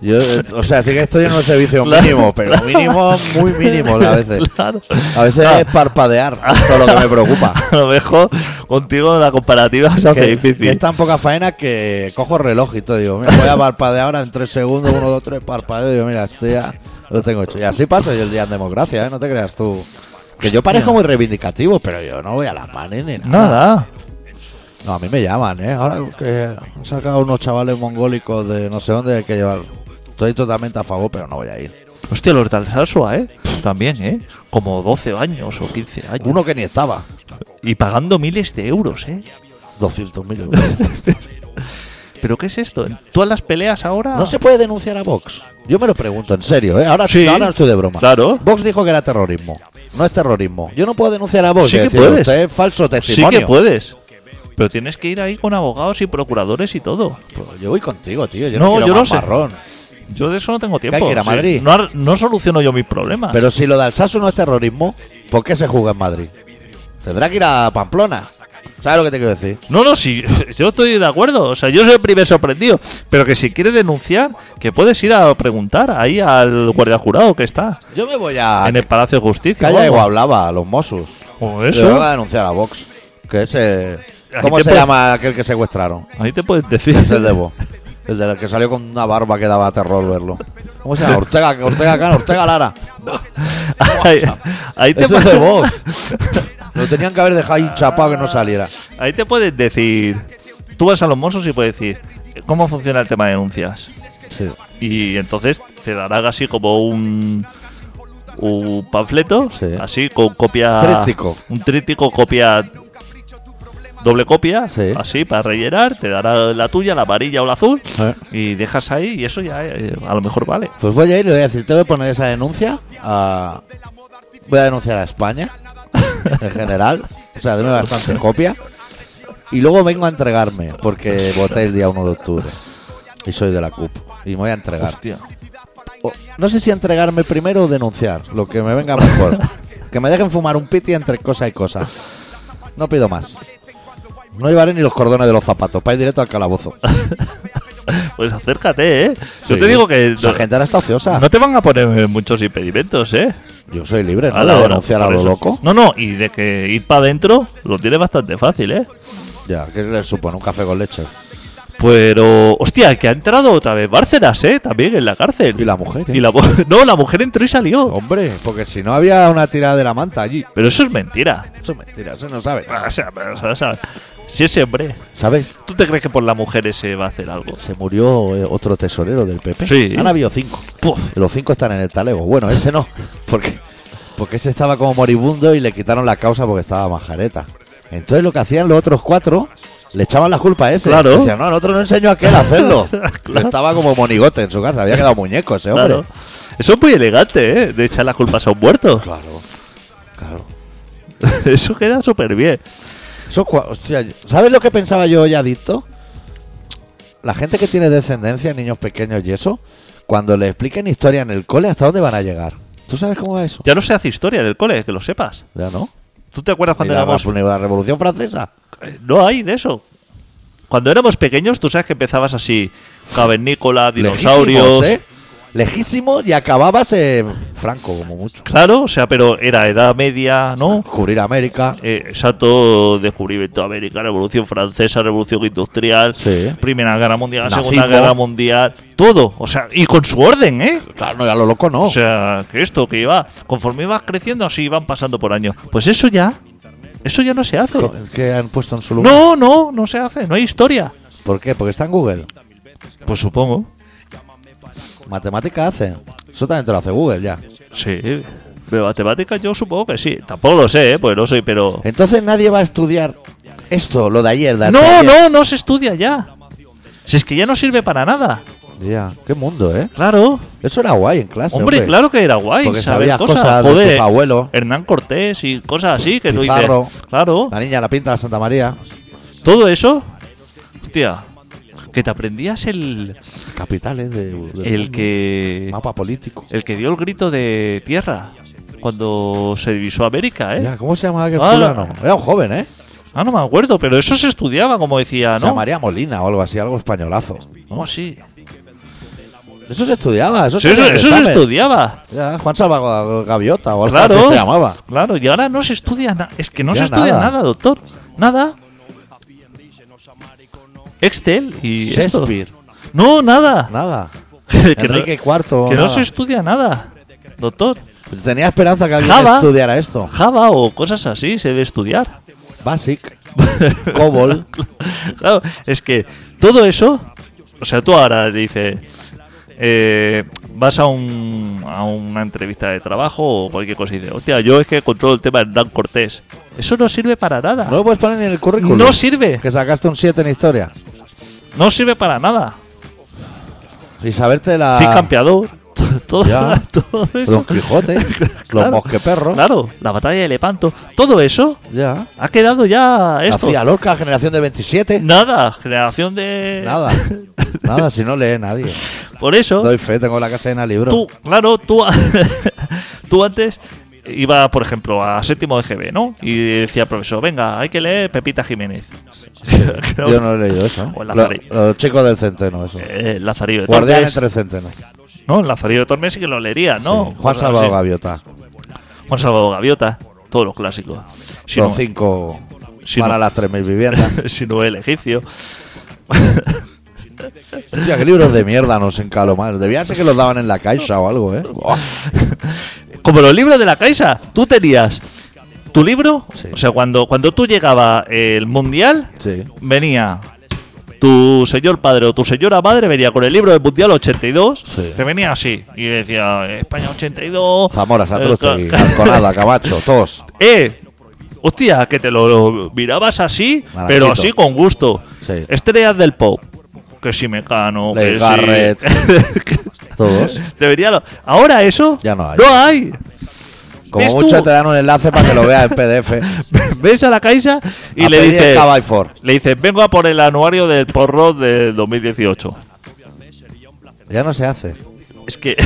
S1: Yo, eh, o sea, sí que estoy en un servicio
S2: Claro,
S1: mínimo, pero
S2: claro.
S1: mínimo, muy mínimo a veces.
S2: <laughs> Claro.
S1: A veces es
S2: Ah.
S1: parpadear, todo lo que me preocupa.
S2: A lo mejor contigo la comparativa se hace
S1: Que-
S2: difícil.
S1: que es tan poca faena que cojo el reloj y todo. Digo, mira, voy a parpadear ahora en tres segundos, uno, dos, tres, parpadeo. Digo, mira, esto ya lo tengo hecho. Y así paso yo el día en democracia, ¿eh? No te creas tú. Que yo parezco muy reivindicativo, pero yo no voy a las manes ni nada.
S2: Nada.
S1: No, a mí me llaman, ¿eh? Ahora que han sacado unos chavales mongólicos de no sé dónde hay que llevar. Estoy totalmente a favor, pero no voy a ir.
S2: Hostia, los tal Salsua, ¿eh? También, ¿eh? Como 12 años o 15 años.
S1: Uno que ni estaba.
S2: Y pagando miles de euros, ¿eh?
S1: 200.000 euros.
S2: ¿Pero qué es esto? ¿En ¿Todas las peleas ahora?
S1: ¿No se puede denunciar a Vox? Yo me lo pregunto, en serio, ¿eh? Ahora,
S2: Sí.
S1: ahora no estoy de broma.
S2: Claro.
S1: Vox dijo que era terrorismo. No es terrorismo. Yo no puedo denunciar a Vox.
S2: Sí
S1: y
S2: que
S1: decirle,
S2: puedes.
S1: Usted es falso
S2: Sí
S1: testimonio.
S2: que puedes. Pero tienes que ir ahí con abogados y procuradores y todo.
S1: Pues yo voy contigo, tío. Yo
S2: No,
S1: no, quiero
S2: yo
S1: más
S2: lo sé.
S1: marrón.
S2: Yo de eso no tengo tiempo.
S1: hay que ir a
S2: Sí,
S1: Madrid.
S2: No, ar- no soluciono yo mis problemas.
S1: Pero si lo de Alsasu no es terrorismo, ¿por qué se juega en Madrid? Tendrá que ir a Pamplona. ¿Sabes lo que te quiero decir?
S2: No, no, sí, <laughs> yo estoy de acuerdo. O sea, yo soy el primer sorprendido. Pero que si quieres denunciar, que puedes ir a preguntar ahí al guardia jurado que está
S1: Yo me voy a.
S2: en el Palacio de Justicia.
S1: Ah, Calla
S2: o
S1: igual
S2: algo.
S1: hablaba a los Mossos.
S2: O
S1: Yo voy
S2: eso.
S1: a denunciar a Vox. Que ese.
S2: Ahí
S1: ¿Cómo
S2: te
S1: se
S2: puede-
S1: llama aquel que secuestraron?
S2: Ahí te puedes decir.
S1: Es el de Vox. El del que salió con una barba que daba terror verlo. ¿Cómo se llama? Ortega, Ortega Cano, Ortega Lara.
S2: <laughs> ahí, ahí te
S1: Ese es de
S2: puedes-
S1: Vox. Lo tenían que haber dejado ahí chapado que no saliera.
S2: ahí te puedes decir. Tú vas a los mozos y puedes decir, ¿cómo funciona el tema de denuncias?
S1: Sí.
S2: Y entonces te darán así como un, un panfleto,
S1: Sí.
S2: así con copia.
S1: Tríptico.
S2: Un tríptico, copia. Doble copia,
S1: Sí.
S2: así para rellenar, te dará la tuya, la amarilla o la azul,
S1: Eh.
S2: y dejas ahí, y eso ya eh, a lo mejor vale.
S1: Pues voy a ir y le voy a decir, tengo que poner esa denuncia a... Voy a denunciar a España, en general. O sea, deme bastante copia. Y luego vengo a entregarme, porque voté el día 1 de octubre. Y soy de la CUP. Y me voy a entregar.
S2: Hostia.
S1: O- no sé si entregarme primero o denunciar, lo que me venga
S2: <laughs>
S1: mejor. que me dejen fumar un piti entre cosa y cosa. No pido más. No llevaré ni los cordones de los zapatos, para ir directo al calabozo.
S2: Pues acércate, ¿eh? Yo
S1: Sí.
S2: te digo que
S1: Esa gente ahora está ociosa.
S2: no, no te van a poner eh, muchos impedimentos, ¿eh?
S1: Yo soy libre, ¿no?
S2: A la
S1: de
S2: hora,
S1: denunciar a
S2: por
S1: lo
S2: eso.
S1: loco.
S2: No, no, y de que ir para adentro lo tienes bastante fácil, ¿eh?
S1: Ya, ¿qué le supone? Un café con leche.
S2: Pero, hostia, que ha entrado otra vez Bárcenas, ¿eh? También en la cárcel.
S1: Y la mujer. ¿eh?
S2: Y la mu- <laughs> no, la mujer entró y salió.
S1: Hombre, porque si no había una tirada de la manta allí.
S2: Pero eso es mentira.
S1: Eso es mentira, eso no sabe.
S2: O sea, pero, o sea, si ese hombre.
S1: ¿Sabes?
S2: ¿Tú te crees que por la mujer ese va a hacer algo?
S1: Se murió eh, otro tesorero del PP.
S2: Sí.
S1: Han habido cinco.
S2: Puf.
S1: Los cinco están en el talego. Bueno, ese no. Porque, porque ese estaba como moribundo y le quitaron la causa porque estaba majareta. Entonces lo que hacían los otros cuatro, le echaban la culpa a ese.
S2: Claro.
S1: Decían, no, el otro no enseñó a aquel a
S2: <laughs>
S1: hacerlo. Estaba como monigote en su casa, había quedado muñeco ese hombre.
S2: Claro. Eso es muy elegante, ¿eh? De echar las culpas a un muerto.
S1: Claro. Claro.
S2: <laughs> Eso queda súper bien.
S1: Eso, cua- hostia, ¿Sabes lo que pensaba yo hoy adicto? La gente que tiene descendencia, niños pequeños y eso, cuando le expliquen historia en el cole, ¿hasta dónde van a llegar? ¿Tú sabes cómo va eso?
S2: Ya no se hace historia del cole, que lo sepas.
S1: Ya no.
S2: ¿Tú te acuerdas cuando
S1: Ni la
S2: éramos
S1: revo- ni la Revolución Francesa.
S2: Eh, No hay de eso. Cuando éramos pequeños, tú sabes que empezabas así: cavernícola, dinosaurios.
S1: Lejísimos, ¿eh? lejísimo y acababas en Franco, como mucho.
S2: Claro, o sea, pero era Edad Media, ¿no?
S1: Cubrir América.
S2: Eh, exacto, descubrimiento de América, Revolución Francesa, Revolución Industrial,
S1: Sí.
S2: Primera Guerra Mundial, Segunda
S1: Nazismo.
S2: Guerra Mundial, todo, o sea, y con su orden, ¿eh?
S1: Claro, no, ya lo loco no.
S2: O sea, que esto, que iba, conforme ibas creciendo, así iban pasando por años. Pues eso ya, eso ya no se hace.
S1: Co- ¿Qué han puesto en su lugar?
S2: No, no, no se hace, no hay historia.
S1: ¿Por qué? Porque está en Google.
S2: Pues supongo,
S1: Matemática hace. Eso también te lo hace Google ya.
S2: sí. Pero matemáticas yo supongo que sí. Tampoco lo sé, ¿eh? pues no soy, pero...
S1: Entonces nadie va a estudiar esto, lo de ayer. de
S2: No,
S1: anteayer.
S2: no, no se estudia ya. Si es que ya no sirve para nada.
S1: Ya, qué mundo, ¿eh?
S2: Claro.
S1: Eso era guay en clase.
S2: Hombre,
S1: Hombre,
S2: claro que era guay
S1: Porque
S2: saber
S1: sabías
S2: cosas,
S1: cosas de
S2: joder,
S1: tus abuelos.
S2: Hernán Cortés y cosas así que tú dices.
S1: Pizarro.
S2: Claro,
S1: La niña, la pinta de la Santa María.
S2: todo eso. Hostia, que te aprendías el
S1: Capitales de. de-
S2: el que
S1: Mapa político.
S2: el que dio el grito de tierra cuando se divisó América, ¿eh?
S1: Ya, ¿Cómo se llamaba aquel
S2: Ah,
S1: fulano? Era un joven, ¿eh?
S2: Ah, no me acuerdo, pero eso se estudiaba como decía,
S1: Se
S2: ¿no?
S1: llamaría Molina o algo así, algo españolazo.
S2: No, sí.
S1: Eso se estudiaba, eso,
S2: Sí,
S1: se
S2: eso,
S1: hacía en
S2: eso se
S1: examen.
S2: estudiaba.
S1: Ya, Juan Salvador Gaviota o algo
S2: Claro.
S1: así se llamaba.
S2: Claro, y ahora no se estudia nada. Es que no
S1: Ya
S2: se estudia
S1: nada.
S2: nada. doctor. Nada. Excel y esto.
S1: Shakespeare,
S2: No, nada. <laughs>
S1: nada.
S2: que no,
S1: Enrique IV.
S2: que no
S1: nada.
S2: se estudia nada, doctor.
S1: Tenía esperanza que alguien
S2: Java.
S1: estudiara esto.
S2: Java o cosas así se debe estudiar. <laughs>
S1: Basic, COBOL.
S2: claro, es que todo eso, o sea, tú ahora dices, eh, vas a, un, a una entrevista de trabajo o cualquier cosa y dices, hostia, yo es que controlo el tema de Hernán Cortés. Eso no sirve para nada.
S1: No lo puedes poner ni en el currículum.
S2: No sirve,
S1: Que sacaste un 7 en historia.
S2: no sirve para nada.
S1: Y saberte la.
S2: Cid campeador, <laughs> todo,
S1: Ah. Ya.
S2: todo eso.
S1: Don Quijote, los
S2: <laughs> Claro.
S1: mosqueperros.
S2: Claro, la batalla de Lepanto, todo eso
S1: Ya.
S2: ha quedado ya esto.
S1: Hacía Lorca, generación de 27.
S2: Nada, generación de. <laughs>
S1: Nada. Nada, si no lee nadie.
S2: Por eso,
S1: Doy fe, tengo la casa llena de libros.
S2: tú, claro, tú, <laughs> tú antes iba, por ejemplo, a séptimo de GB, ¿no? Y decía, profesor, venga, hay que leer Pepita Jiménez.
S1: <laughs> Yo no he leído eso. ¿eh?
S2: O el
S1: Lo-
S2: Lazarillo.
S1: los chicos del centeno, eso.
S2: <laughs> Eh, Lazarillo de
S1: Guardián
S2: Tormes.
S1: entre centenas.
S2: No, el Lazarillo de Tormes sí que lo leería, ¿no?
S1: Juan
S2: Cosas
S1: Salvador
S2: así.
S1: Gaviota.
S2: Juan Salvador Gaviota. Todos los clásicos. Si
S1: Los
S2: no-
S1: cinco
S2: si
S1: para
S2: no-
S1: las 3.000
S2: <laughs>
S1: viviendas.
S2: si no el egipcio.
S1: Hostia, qué libros de mierda nos encaló mal. Debía ser que los daban en la caixa o algo, ¿eh? Buah.
S2: Como los libros de la Caixa, tú tenías tu libro,
S1: Sí.
S2: o sea, cuando, cuando tú llegaba el mundial,
S1: Sí.
S2: venía tu señor padre o tu señora madre, venía con el libro del mundial 82,
S1: Sí.
S2: te venía así y decía España 82,
S1: Zamora,
S2: eh,
S1: Satrustegui,
S2: ca-
S1: Arconada, Camacho, todos.
S2: eh, hostia, que te lo, lo mirabas así,
S1: Naranjito.
S2: pero así con gusto,
S1: Sí.
S2: estrellas del pop, que si Mecano,
S1: Leigh
S2: que <laughs>
S1: Garrett.
S2: si...
S1: Todos.
S2: Debería lo- Ahora eso
S1: Ya no hay.
S2: No hay. <laughs>
S1: Como
S2: ¿Ves
S1: mucho
S2: tú?
S1: te dan un enlace para que lo veas en PDF.
S2: Ves a la Caixa <laughs> y
S1: A
S2: le
S1: pedir
S2: dices,
S1: Cava y Ford.
S2: le dices, vengo a por el anuario del porro de 2018.
S1: Ya no se hace.
S2: Es
S1: <laughs>
S2: que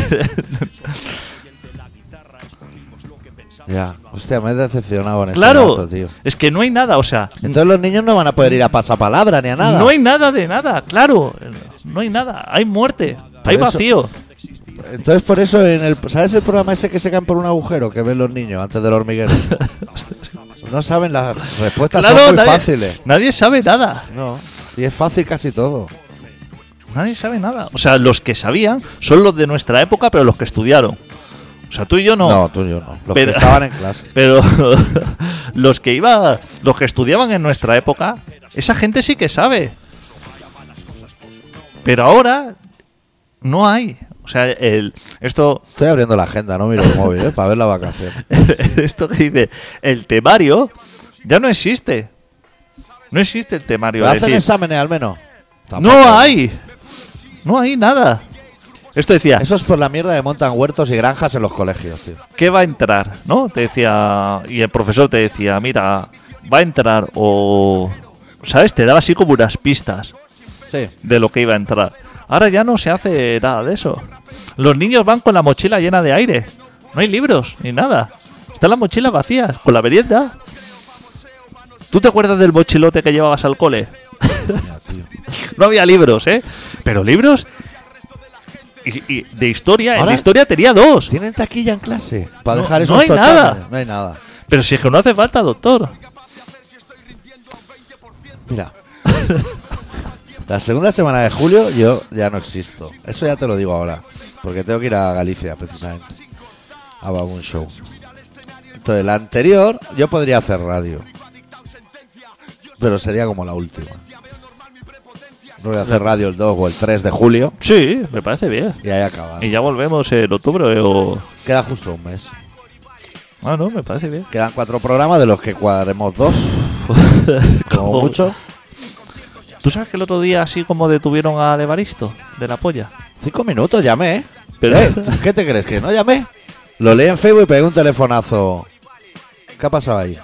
S1: Ya. Hostia, me he decepcionado en ese
S2: Claro,
S1: dato, tío.
S2: es que no hay nada, o sea,
S1: Entonces los niños no van a poder ir a pasapalabra ni a nada.
S2: no hay nada de nada, claro, no hay nada, hay muerte,
S1: Por
S2: hay
S1: eso-
S2: vacío.
S1: Entonces por eso en el ¿sabes el programa ese que se caen por un agujero que ven los niños antes del hormiguero? no saben las respuestas
S2: Claro,
S1: son muy
S2: nadie,
S1: fáciles.
S2: nadie sabe nada,
S1: No. Y es fácil casi todo.
S2: nadie sabe nada. O sea, los que sabían son los de nuestra época, pero los que estudiaron. O sea, tú y yo no.
S1: tú y yo no. Los
S2: Pero-
S1: que estaban en clase.
S2: Pero <laughs> los que iba, los que estudiaban en nuestra época, esa gente sí que sabe. Pero ahora no hay. O sea, el, esto, <laughs>
S1: Estoy abriendo la agenda, no miro el móvil, ¿eh? para ver la vacación.
S2: esto que dice, el temario ya no existe. No existe el temario.
S1: Pero
S2: es
S1: hacen
S2: decir,
S1: exámenes al menos. Tampoco.
S2: no hay. No hay nada. Esto decía,
S1: Eso es por la mierda que montan huertos y granjas en los colegios, tío.
S2: ¿qué va a entrar? ¿No? Te decía. Y el profesor te decía, mira, va a entrar o. ¿Sabes? Te daba así como unas pistas
S1: Sí.
S2: de lo que iba a entrar. Ahora ya no se hace nada de eso. Los niños van con la mochila llena de aire. No hay libros ni nada. Están las mochilas vacías, con la merienda. ¿Tú te acuerdas del mochilote que llevabas al cole? no había libros, ¿eh? Pero libros y- y de historia, en
S1: Ahora-
S2: de historia tenía dos.
S1: ¿Tienen taquilla en clase? Para
S2: No,
S1: dejar
S2: no
S1: esos
S2: hay
S1: tochones.
S2: nada.
S1: No hay nada.
S2: Pero si es que no hace falta, doctor.
S1: Mira. <laughs> La segunda semana de julio yo ya no existo. Eso ya te lo digo ahora. Porque tengo que ir a Galicia, precisamente. A un show. Entonces, la anterior yo podría hacer radio. Pero sería como la última. No voy a hacer radio el 2 o el 3 de julio.
S2: Sí, me parece bien.
S1: Y ahí acaba.
S2: Y ya volvemos en octubre o...
S1: Queda justo un mes.
S2: Ah, no, me parece bien.
S1: Quedan cuatro programas de los que cuadremos
S2: <laughs>
S1: dos, como
S2: Como-
S1: mucho.
S2: ¿Tú sabes que el otro día así como detuvieron a Evaristo de la polla?
S1: Cinco minutos llamé, ¿eh?
S2: Pero-
S1: Eh, ¿Qué te crees? ¿Que no llamé? Lo leí en Facebook y pegué un telefonazo. ¿Qué ha pasado ahí?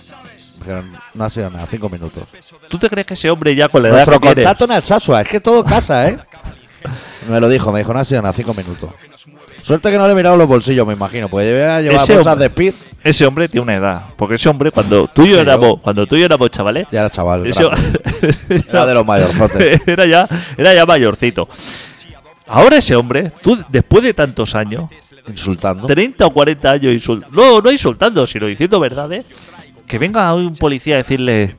S1: Dijeron, no ha sido nada, cinco minutos.
S2: ¿Tú te crees que ese hombre ya con la edad
S1: Nuestro
S2: que tiene-
S1: contacto en Alsasua, es que todo casa,
S2: <laughs>
S1: ¿eh? Me lo dijo, me dijo, no ha sido nada, cinco minutos. Suerte que no le he mirado los bolsillos, me imagino, porque debía llevar
S2: Ese
S1: bolsas
S2: hombre-
S1: de speed
S2: Ese hombre tiene una edad. Porque ese hombre, cuando tú y yo
S1: Sí,
S2: éramos, cuando tú y yo éramos chavales,
S1: y era chaval.
S2: ese-
S1: grande. Era de los
S2: <laughs>
S1: mayorzotes.
S2: era ya, era ya mayorcito. Ahora ese hombre, tú después de tantos años,
S1: Insultando.
S2: 30 o 40 años insultando, no, no insultando, sino diciendo verdades, que venga un policía a decirle,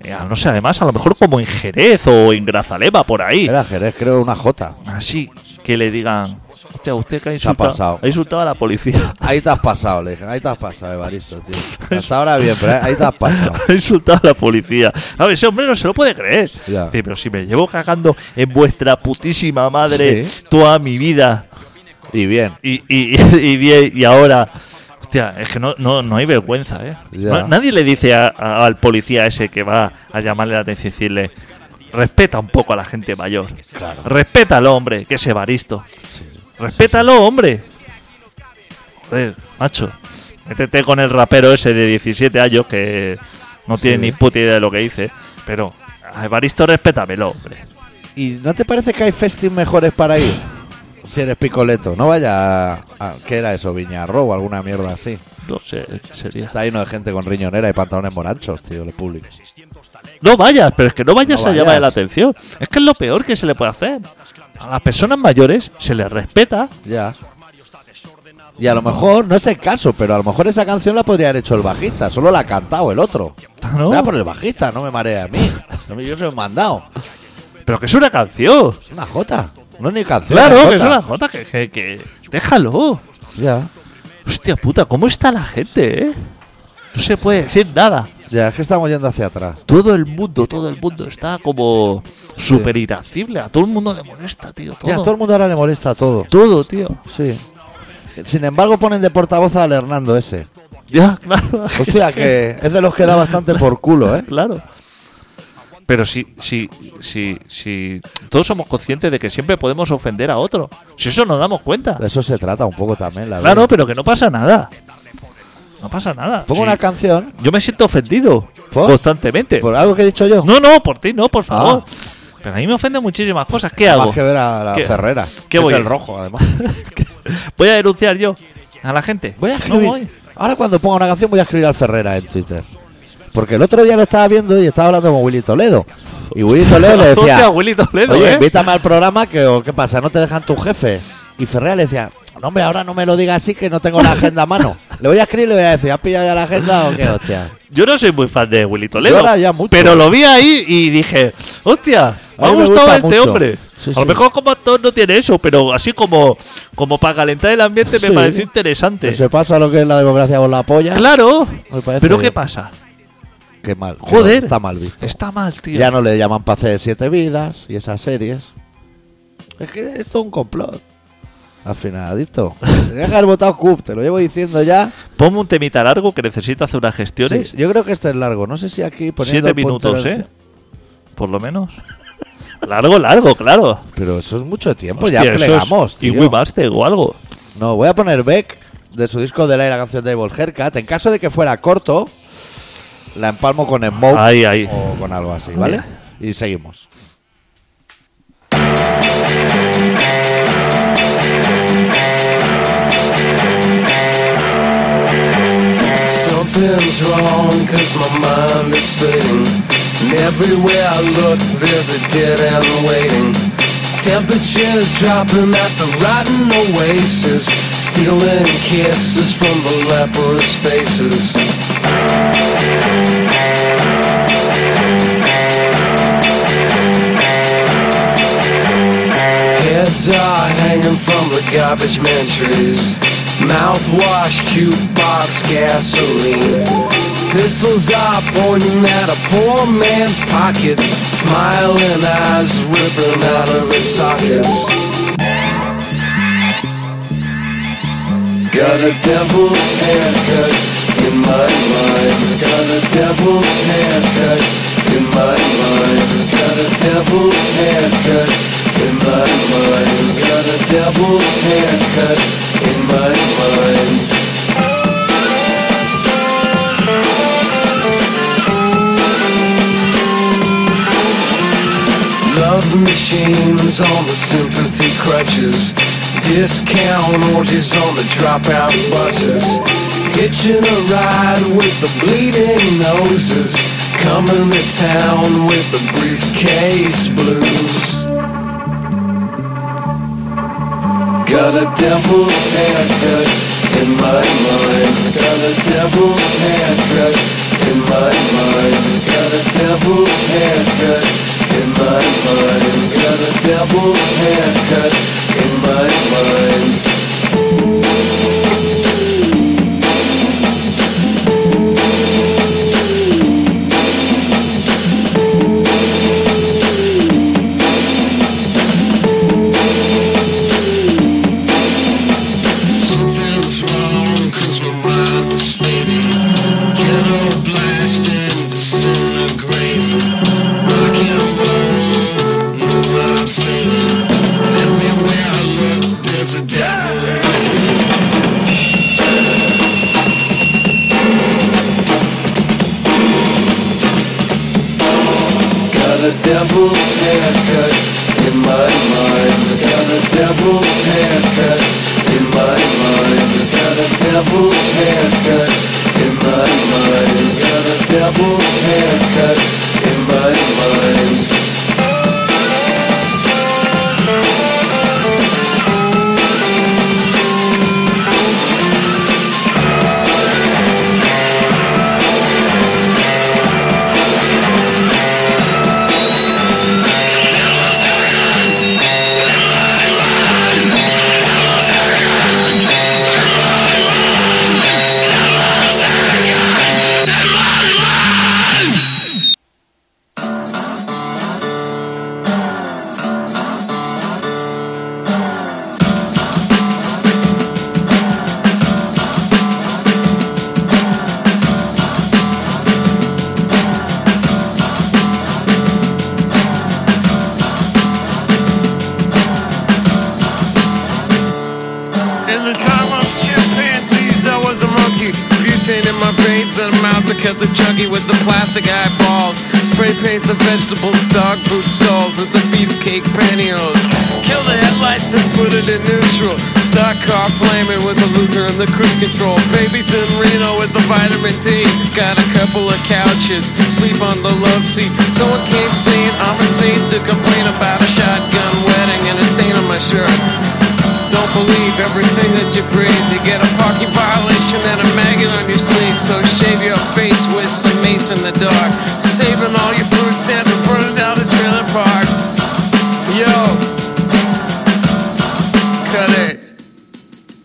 S2: eh, no sé, además, a lo mejor como en Jerez o en Grazalema, por ahí,
S1: Era Jerez, creo, una J.
S2: así, que le digan, hostia, usted que ha
S1: ha pasado.
S2: insultado, ha insultado a la policía, <laughs>
S1: Ahí te has pasado, le dije. Ahí te has pasado, Evaristo, tío. Hasta ahora bien, pero eh, ahí te has pasado.
S2: ha insultado a la policía. A ver, ese hombre no se lo puede creer.
S1: Ya.
S2: Dice, pero si me llevo cagando en vuestra putísima madre
S1: Sí.
S2: toda mi vida,
S1: Y bien.
S2: y, y, <laughs> y, bien- y ahora. Hostia, es que no, no, no hay vergüenza, ¿eh?
S1: Ya.
S2: No- nadie le dice a- a- al policía ese que va a llamarle la atención y decirle. Respeta un poco a la gente mayor.
S1: Claro.
S2: Respétalo, hombre, que ese baristo. Respétalo, hombre. Joder, macho. Métete con el rapero ese de 17 años que no tiene
S1: Sí.
S2: ni puta idea de lo que dice. Pero, a Evaristo, respétamelo, hombre.
S1: ¿Y no te parece que hay festis mejores para ir? Si eres picoleto, no vaya a, a- ¿Qué era eso? Viñarro o alguna mierda así.
S2: No sé, sería.
S1: Está lleno de gente con riñonera y pantalones moranchos, tío, el público.
S2: No vayas, pero es que no vayas
S1: No
S2: a llamar
S1: vayas.
S2: la atención. Es que es lo peor que se le puede hacer. A las personas mayores se les respeta.
S1: Ya. Y a lo mejor, no es el caso, pero a lo mejor esa canción la podría haber hecho el bajista, solo la ha cantado el otro.
S2: ¿no?
S1: Era por el bajista, no me marea a mí. A mí Yo soy un mandado.
S2: Pero que es una canción.
S1: Es una jota. No es ni canción.
S2: Claro, que es
S1: jota.
S2: una jota. Que, que- que- Déjalo.
S1: Ya.
S2: Hostia puta, ¿cómo está la gente, eh? No se puede decir nada.
S1: Ya, es que estamos yendo hacia atrás.
S2: Todo el mundo, todo el mundo está como súper irascible. A todo el mundo le molesta, tío. Todo,
S1: Ya, todo el mundo ahora le molesta todo.
S2: todo tío.
S1: Sí. Sin embargo, ponen de portavoz al Hernando ese.
S2: Ya, claro.
S1: Hostia, que es de los que da bastante por culo, ¿eh?
S2: Claro. Pero si, si, si, si todos somos conscientes de que siempre podemos ofender a otro. Si eso nos damos cuenta.
S1: De eso se trata un poco también, la
S2: Claro,
S1: verdad.
S2: pero que no pasa nada. No pasa nada.
S1: Pongo
S2: Sí.
S1: una canción
S2: Yo me siento ofendido
S1: ¿Por?
S2: constantemente.
S1: por algo Ah. que he dicho yo.
S2: No, no, por ti, no, por favor. Pero a mí me ofenden muchísimas cosas. ¿Qué hago?
S1: Más que ver a la
S2: ¿Qué-
S1: Ferrera.
S2: qué
S1: que
S2: voy?
S1: Es el rojo, además.
S2: ¿Voy a denunciar yo a la gente?
S1: Voy a
S2: <laughs> No
S1: escribir.
S2: voy.
S1: Ahora, cuando ponga una canción, voy a escribir al Ferrera en Twitter. Porque el otro día lo estaba viendo y estaba hablando con Willy Toledo. Y Willy Toledo le
S2: <laughs> Hostia,
S1: decía:
S2: Willy Toledo,
S1: Oye,
S2: ¿eh?
S1: invítame al programa, que o ¿qué pasa? ¿No te dejan tu jefe? Y Ferrera le decía: No, hombre, ahora no me lo digas así, que no tengo la agenda a
S2: <laughs>
S1: mano. Le voy a escribir y le voy a decir: ¿Has pillado ya la agenda o qué, hostia?
S2: Yo no soy muy fan de Willy Toledo.
S1: Yo ahora ya mucho.
S2: Pero lo vi ahí y dije, hostia, me
S1: A
S2: ha
S1: mí me
S2: gustado
S1: gusta
S2: este
S1: mucho.
S2: hombre.
S1: Sí,
S2: a lo
S1: sí.
S2: mejor como actor no tiene eso, pero así como, como para calentar el ambiente me
S1: Sí.
S2: pareció interesante.
S1: Que Pues se pasa lo que es la democracia con la polla.
S2: Claro.
S1: Me parece
S2: Pero
S1: bien.
S2: ¿qué pasa?
S1: Qué mal.
S2: Joder.
S1: Está mal visto.
S2: Está mal, tío.
S1: Ya no le llaman para hacer siete vidas y esas series. Es que es todo un complot. Al final,
S2: <laughs>
S1: adicto. Tenía que haber votado CUP, te lo llevo diciendo ya.
S2: Ponme un temita largo que necesito hacer unas gestiones.
S1: Sí, yo creo que este es largo. No sé si aquí poniendo
S2: Siete
S1: el puntero
S2: minutos,
S1: al-
S2: ¿eh? Por lo menos. largo, largo, claro.
S1: Pero eso es mucho tiempo,
S2: Hostia,
S1: Pues ya
S2: eso es-
S1: plegamos.
S2: Y
S1: tío.
S2: Wii Master o algo.
S1: No, voy a poner Beck de su disco de la la canción de Evil Haircut. En caso de que fuera corto, la empalmo con Smoke
S2: Ahí, ahí.
S1: o con algo así, ¿vale? Y seguimos.
S3: Something's wrong cause my mind is fading And everywhere I look there's a dead end waiting Temperatures dropping at the rotten oasis. Stealing kisses from the leprous faces. Heads are hanging from the garbage man trees. Mouthwash, jukebox, gasoline. Pistols are pointing at a poor man's pockets. Smiling eyes ripping out of his sockets. Got a devil's haircut in my mind. Got a devil's haircut in my mind. Got a devil's haircut in my mind. Got a devil's haircut in my mind. Love machines on the sympathy crutches. Discount orgies on the dropout buses. Hitching a ride with the bleeding noses. Coming to town with the briefcase blues. Got a devil's haircut in my mind. Got a devil's haircut in my mind. Got a devil's haircut in my mind. Got a devil's haircut in my mind.
S4: Something's wrong 'cause my mind is fading. Ghetto blasting, disintegrating. Rock and roll, no life saving. Everywhere I look, there's a devil waiting.
S3: Got a devil's haircut in my mind. Got a devil's haircut in my mind. Got a devil's haircut in my mind. Got a devil's haircut in my mind.
S5: In the time of chimpanzees, I was a monkey. Butane in my veins and a mouth that kept the chunky with the plastic eyeballs. Spray paint the vegetables, dog food stalls with the beefcake pantyhose. Kill the headlights and put it in neutral. Stock car flaming with the loser and the cruise control. Babies in Reno with the vitamin D. Got a couple of couches, sleep on the love seat. Someone came saying I'm insane to complain about a shotgun wedding and a stain on my shirt. Don't believe everything that you breathe. You get a parking violation and a maggot on your sleeve. So shave your face with some mace in the dark. Saving all your food stamps and burning down the trailer park. Yo, cut it.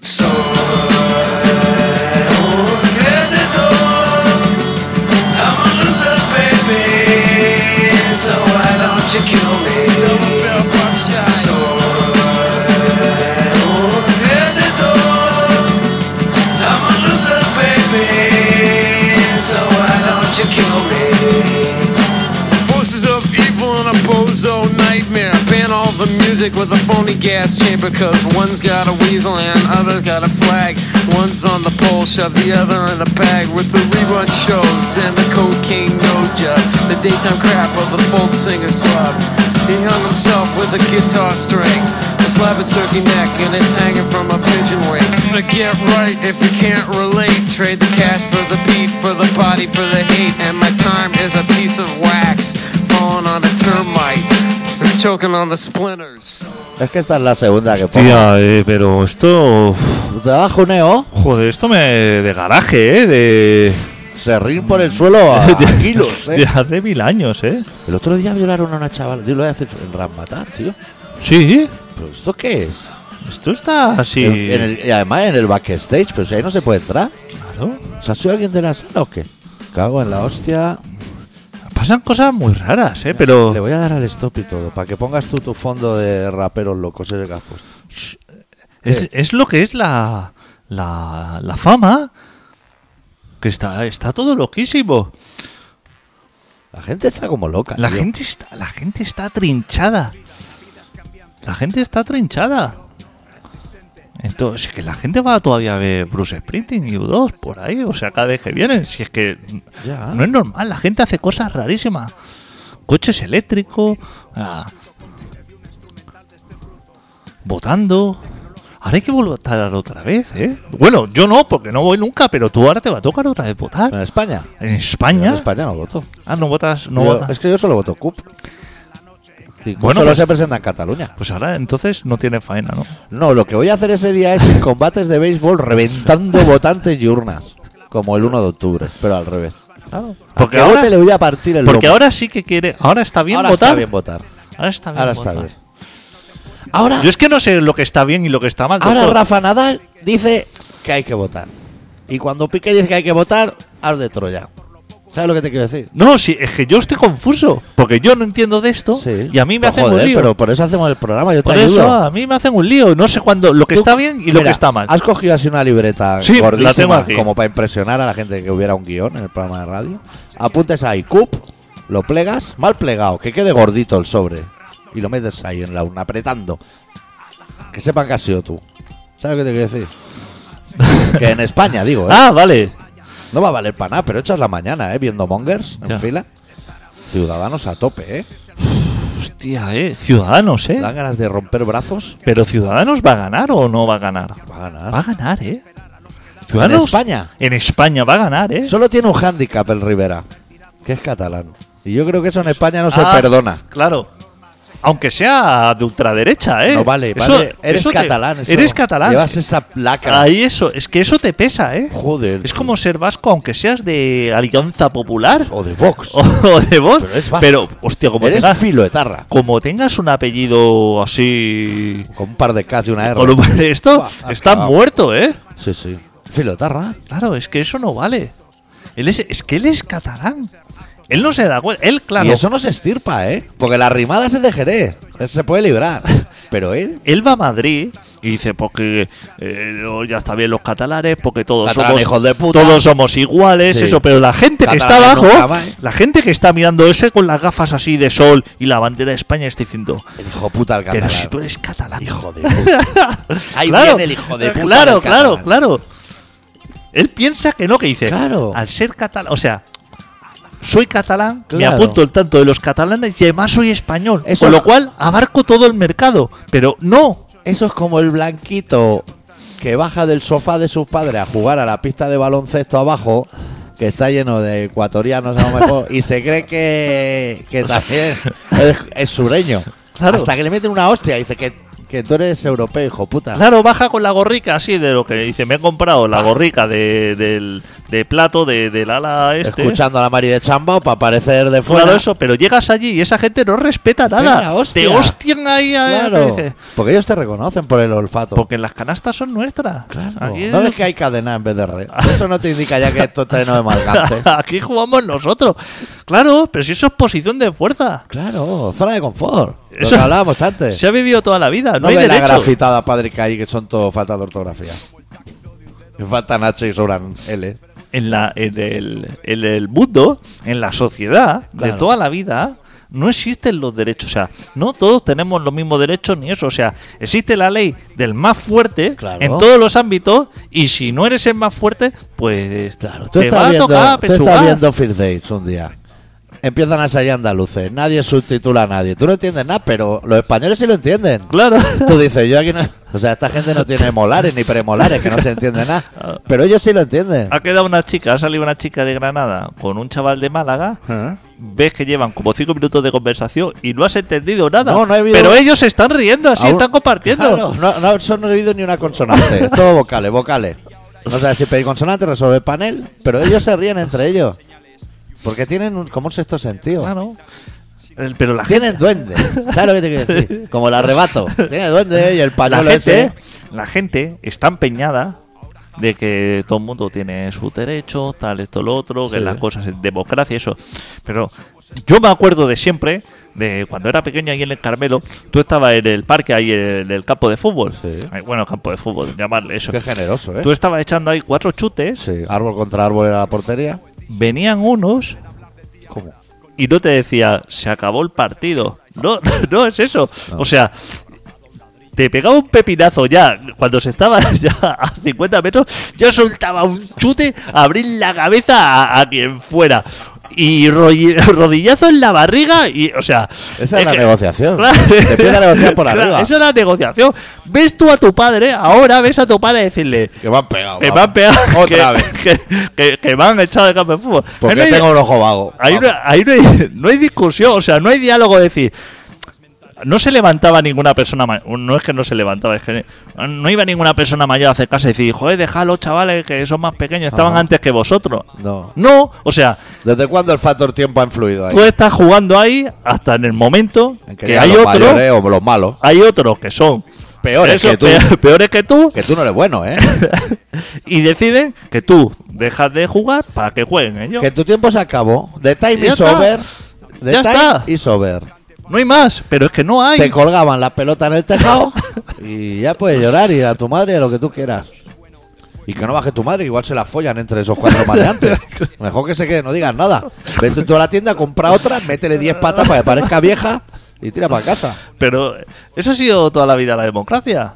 S5: So. Kill me. Double barrel buckshot. Forces of evil and a bozo nightmare. Ban all the music with a phony gas chamber, cause one's got a weasel and other's got a flag. One's on the pole, shove the other in a bag with the rerun shows and the cocaine nose job. The daytime crap of the folk singer's club. He hung himself with a guitar string, a slab of turkey neck, and it's hanging from a pigeon wing. To get right if you can't relate, trade the cash for the beat, for the body, for the hate, and my time is a piece of wax falling on a termite. It's choking on the splinters.
S1: Es que esta es la segunda que pongo.
S2: Tía, eh, pero esto. uf,
S1: Te da juneo,
S2: Joder, esto me. de garaje, ¿eh? De.
S1: se ríen por el suelo a a kilos,
S2: de
S1: eh.
S2: hace mil años, ¿eh?
S1: El otro día violaron a una chavala, tío, lo voy a decir en Ramatán, tío.
S2: Sí,
S1: ¿Pero esto qué es?
S2: esto está así.
S1: En- en el- y además en el backstage, pero si ahí no se puede entrar.
S2: Claro.
S1: ¿O sea, ¿Ha sido alguien de la sala o qué? Cago en la hostia.
S2: Pasan cosas muy raras, ¿eh? Pero.
S1: Le voy a dar al stop y todo, para que pongas tú tu fondo de raperos locos ese que has puesto.
S2: Es, es lo que es la, la, la fama. Que está, está todo loquísimo.
S1: La gente está como loca.
S2: La
S1: tío.
S2: gente, está, la gente está trinchada. La gente está trinchada. Entonces, que la gente va todavía a ver Bruce Springsteen y U2 por ahí, o sea, cada vez que vienen. Si es que
S1: Ya.
S2: no es normal, la gente hace cosas rarísimas. Coches eléctricos, ah, votando. Ahora hay que volver a votar otra vez, ¿eh? Bueno, yo no, porque no voy nunca, pero tú ahora te va a tocar otra vez
S1: En
S2: votar.
S1: España.
S2: En
S1: En
S2: España.
S1: España no voto.
S2: Ah, no votas, no
S1: Yo-
S2: votas.
S1: Es que yo solo voto CUP. Y CUP
S2: Bueno,
S1: solo
S2: pues-
S1: se presenta en Cataluña.
S2: Pues ahora entonces no tiene faena, ¿no?
S1: No, lo que voy a hacer ese día es en combates de béisbol
S2: <laughs>
S1: reventando votantes y urnas. Como el 1 de octubre, pero al revés.
S2: Claro.
S1: Porque
S2: Porque,
S1: ahora
S2: ahora,
S1: te le voy a partir el
S2: porque
S1: lomo.
S2: ahora sí que quiere. Ahora está bien
S1: Ahora
S2: votar.
S1: está bien votar.
S2: Ahora está bien
S1: Ahora está
S2: votar.
S1: bien. Ahora,
S2: Yo es que no sé lo que está bien y lo que está mal.
S1: ahora
S2: doctor.
S1: Rafa Nadal dice que hay que votar. Y cuando Piqué dice que hay que votar, haz de Troya. ¿Sabes lo que te quiero decir?
S2: No, sí, es que yo estoy confuso. Porque yo no entiendo de esto. Y a mí me
S1: Pues
S2: hacen
S1: joder,
S2: un lío.
S1: Pero por eso hacemos el programa, yo te
S2: Por
S1: ayudo.
S2: eso a mí me hacen un lío. No sé cuándo lo que
S1: Tú-
S2: está bien y lo
S1: Mira,
S2: que está mal.
S1: Has cogido así una libreta
S2: Sí, la
S1: gordísima
S2: tengo aquí.
S1: como para impresionar a la gente que hubiera un guión en el programa de radio. Apuntes ahí, cup, lo plegas, mal plegado, que quede gordito el sobre. Y lo metes ahí en la urna, apretando. Que sepan que has sido tú. ¿Sabes lo que te quiero
S2: <laughs>
S1: decir? que en España, digo, ¿eh?
S2: Ah, vale.
S1: No va a valer para nada, pero echas la mañana, ¿eh? Viendo mongers en
S2: Ya.
S1: fila. Ciudadanos a tope, ¿eh?
S2: Hostia, eh. Ciudadanos, eh.
S1: Dan ganas de romper brazos.
S2: Pero Ciudadanos va a ganar o no va a ganar.
S1: Va a ganar.
S2: Va a ganar, eh. Ciudadanos.
S1: España?
S2: En España va a ganar, eh.
S1: Solo tiene un hándicap el Rivera, que es catalán. Y yo creo que eso en España no se
S2: Ah,
S1: perdona.
S2: Claro. Aunque sea de ultraderecha, ¿eh?
S1: No vale,
S2: Eso-
S1: vale, Eres
S2: eso te-
S1: catalán. eso.
S2: Eres catalán.
S1: Llevas esa placa.
S2: Ahí eso, es que eso te pesa, ¿eh?
S1: Joder.
S2: Es
S1: tío.
S2: como ser vasco, aunque seas de Alianza Popular
S1: O de Vox.
S2: o, <laughs> o de vos.
S1: Pero es vasco.
S2: hostia, como
S1: Eres
S2: tengas,
S1: filoetarra.
S2: como tengas un apellido así.
S1: Con un par de Ks y una R.
S2: con un- <laughs> esto
S1: Buah, ha
S2: está
S1: acabado.
S2: muerto, ¿eh?
S1: Sí, sí. Filoetarra.
S2: Claro, es que eso no vale. Él es, es que él es catalán. Él no se da cuenta. Él, claro.
S1: Y eso no se estirpa, ¿eh? Porque la rimada es de Jerez. Él Se puede librar. Pero él.
S2: Él va a Madrid y dice, porque eh, no, ya está bien los catalanes, porque todos
S1: Catalán,
S2: somos
S1: hijos de puta.
S2: todos somos iguales,
S1: Sí.
S2: eso, pero la gente que está
S1: Catalán nunca
S2: abajo,
S1: más, ¿eh?
S2: la gente que está mirando ese con las gafas así de sol y la bandera de España está diciendo,
S1: El hijo puta del catalán.
S2: pero si tú eres catalán.
S1: Hijo de puta. <laughs> Ahí viene el hijo de puta.
S2: Claro,
S1: del
S2: claro,
S1: catalán.
S2: claro. Él piensa que no, que dice,
S1: Claro.
S2: al ser catalán, o sea, soy catalán, me
S1: Claro.
S2: apunto el tanto de los catalanes y además soy español,
S1: Eso-
S2: con lo cual abarco todo el mercado, pero no,
S1: Eso es como el blanquito que baja del sofá de sus padres a jugar a la pista de baloncesto abajo, que está lleno de ecuatorianos a lo mejor, y se cree que, <laughs> que también es, es sureño.
S2: Claro.
S1: Hasta que le meten una hostia y dice que, que tú eres europeo, hijo puta.
S2: Claro, baja con la gorrica así de lo que dice. Me he comprado la gorrica de, del, de plato de, del ala este.
S1: Escuchando a la Mari de Chambao para parecer de fuera.
S2: Claro, eso, pero llegas allí y esa gente no respeta nada.
S1: Pega la hostia.
S2: Te hostian ahí a
S1: Claro.
S2: te dice,
S1: Porque ellos te reconocen por el olfato.
S2: Porque las canastas son nuestras. Aquí,
S1: No ves
S2: <laughs>
S1: que hay cadena en vez de red. Eso no te indica ya que esto está lleno de
S2: <laughs>
S1: malgantes.
S2: aquí jugamos nosotros. Claro, pero si eso es posición de fuerza.
S1: Claro, zona de confort. Lo
S2: Eso-
S1: que hablábamos antes.
S2: Se ha vivido toda la vida, no,
S1: No,
S2: hay
S1: ve la
S2: derecho.
S1: grafitada padre que hay que son todo falta de ortografía. Que Faltan H y sobran L.
S2: en, la, en, el, en el mundo, en la sociedad,
S1: Claro.
S2: de toda la vida, no existen los derechos. O sea, no todos tenemos los mismos derechos ni eso. O sea, existe la ley del más fuerte
S1: Claro.
S2: en todos los ámbitos y si no eres el más fuerte, pues
S1: Tú
S2: te
S1: estás,
S2: va a
S1: viendo,
S2: tocar
S1: tú estás
S2: pechugar.
S1: viendo Fear Dates un día. Empiezan a salir andaluces. Nadie subtitula a nadie. Tú no entiendes nada, pero los españoles sí lo entienden.
S2: Claro. <laughs>
S1: Tú dices, yo aquí no. O sea, esta gente no tiene molares ni premolares, que no se entiende
S2: <laughs>
S1: nada. Pero ellos sí lo entienden.
S2: Ha quedado una chica, ha salido una chica de Granada con un chaval de Málaga
S1: ¿Eh?
S2: ves que llevan como cinco minutos de conversación y no has entendido nada.
S1: No, no ha habido-
S2: Pero ellos se están riendo así,
S1: Aún-
S2: están compartiendo.
S1: Claro, no, no, eso no he oído ni una
S2: <laughs>
S1: consonante. Todo vocales, vocales. O sea, si pedí consonante resuelve panel, pero ellos se ríen entre ellos. Porque tienen un- como un sexto sentido.
S2: Claro. El- Eh, Pero la gente,
S1: Tienen duende. ¿Sabes lo que te quiero decir? Como el arrebato. Tiene duende y el
S2: la,
S1: pañuelo
S2: gente, ¿eh?
S1: ese.
S2: la gente está empeñada de que todo el mundo tiene sus derechos, tal, esto, lo otro, que
S1: Sí.
S2: las cosas en democracia, y eso. Pero yo me acuerdo de siempre, de cuando era pequeño ahí en el Carmelo, tú estabas en el parque, ahí en el campo de fútbol.
S1: Sí.
S2: Ay, Bueno, campo de fútbol, llamarle eso.
S1: Qué generoso, ¿eh?
S2: Tú estabas echando ahí cuatro chutes,
S1: Sí, árbol contra árbol era la portería.
S2: venían unos
S1: ¿Cómo?
S2: y no te decía, se acabó el partido. No, <laughs> no es eso. O sea, te pegaba un pepinazo ya, cuando se estaba <laughs> ya a 50 metros, yo soltaba un chute, abrir la cabeza a, a quien fuera. Y rolli- <laughs> rodillazo en la barriga y, o sea...
S1: Esa es la
S2: que-
S1: negociación.
S2: <laughs> Claro.
S1: Se empieza a negociar por
S2: <laughs> Claro,
S1: arriba.
S2: Esa es la negociación. Ves tú a tu padre, ahora ves a tu padre decirle...
S1: Que me han pegado.
S2: Que me
S1: vamos.
S2: han pegado.
S1: <laughs>
S2: <laughs>
S1: Otra
S2: que,
S1: vez.
S2: Que, que- que me han echado de campo de fútbol.
S1: Porque
S2: Ahí no hay-
S1: tengo un ojo vago.
S2: ahí no, ahí no hay, <laughs> no hay discusión, o sea, no hay diálogo de decir. No se levantaba ninguna persona ma- No es que no se levantaba, es que no iba ninguna persona mayor a acercarse y decir, joder, dejadlos, chavales, que son más pequeños, estaban
S1: Ajá.
S2: antes que vosotros.
S1: No.
S2: No, o sea,
S1: ¿Desde cuándo el factor tiempo ha influido ahí?
S2: tú estás jugando ahí hasta en el momento
S1: En
S2: que
S1: ya
S2: hay
S1: los
S2: otro,
S1: mayores o los malos.
S2: hay otros que son
S1: Peores
S2: esos
S1: que tú.
S2: pe- peores que tú,
S1: Que tú no eres bueno, ¿eh?
S2: <laughs> y deciden que tú dejas de jugar para que jueguen ellos.
S1: que tu tiempo se acabó. The time
S2: Ya
S1: is
S2: está.
S1: over. The
S2: Ya
S1: time
S2: está.
S1: is over.
S2: No hay más, pero es que no hay.
S1: Te colgaban la pelota en el
S2: <laughs>
S1: tejado y ya puedes llorar y a tu madre lo que tú quieras. Y que no baje tu madre, igual se la follan entre esos cuatro
S2: <laughs>
S1: maleantes. Mejor que se quede, no digas nada. Vete tú a la tienda, compra otra, métele 10 patas para que parezca vieja y tira para casa.
S2: Pero eso ha sido toda la vida la democracia.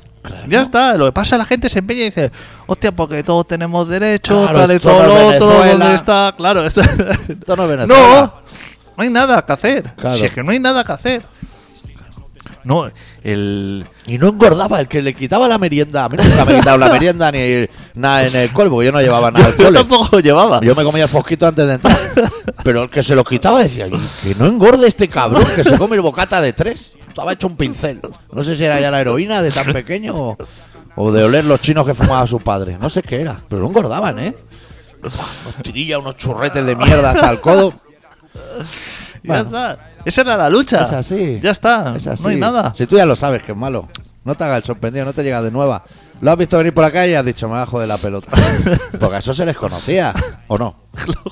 S2: Ya está, lo que pasa la gente se empeña y dice, hostia, porque todos tenemos derechos,
S1: Claro,
S2: tal y
S1: esto no
S2: todo lo
S1: es
S2: otro,
S1: Venezuela.
S2: ¿dónde está? Claro, esto-
S1: <laughs> no es Venezuela.
S2: No, no hay nada que hacer.
S1: Claro.
S2: Si es que no hay nada que hacer. No, el...
S1: Y no engordaba, el que le quitaba la merienda. A mí nunca me he quitado la merienda ni nada en el colvo, yo no llevaba nada al
S2: <laughs> Yo
S1: cole.
S2: tampoco llevaba.
S1: Yo me comía el fosquito antes de entrar. Pero el que se lo quitaba decía, "Y que no engorde este cabrón, que se come el bocata de tres. Estaba hecho un pincel. No sé si era ya la heroína de tan pequeño o, o de oler los chinos que fumaba su padre. No sé qué era, pero no engordaban, ¿eh? Unos tirillas, unos churretes de mierda hasta el codo. Bueno,
S2: Ya está. Esa era la lucha.
S1: es así.
S2: Ya está,
S1: Es así.
S2: Ah, no hay nada.
S1: Si tú ya lo sabes que es malo. No te hagas el sorprendido, no te llega de nueva. Lo has visto venir por acá y has dicho, me bajo de la
S2: <laughs>
S1: pelota. Porque a eso se les conocía, ¿o no?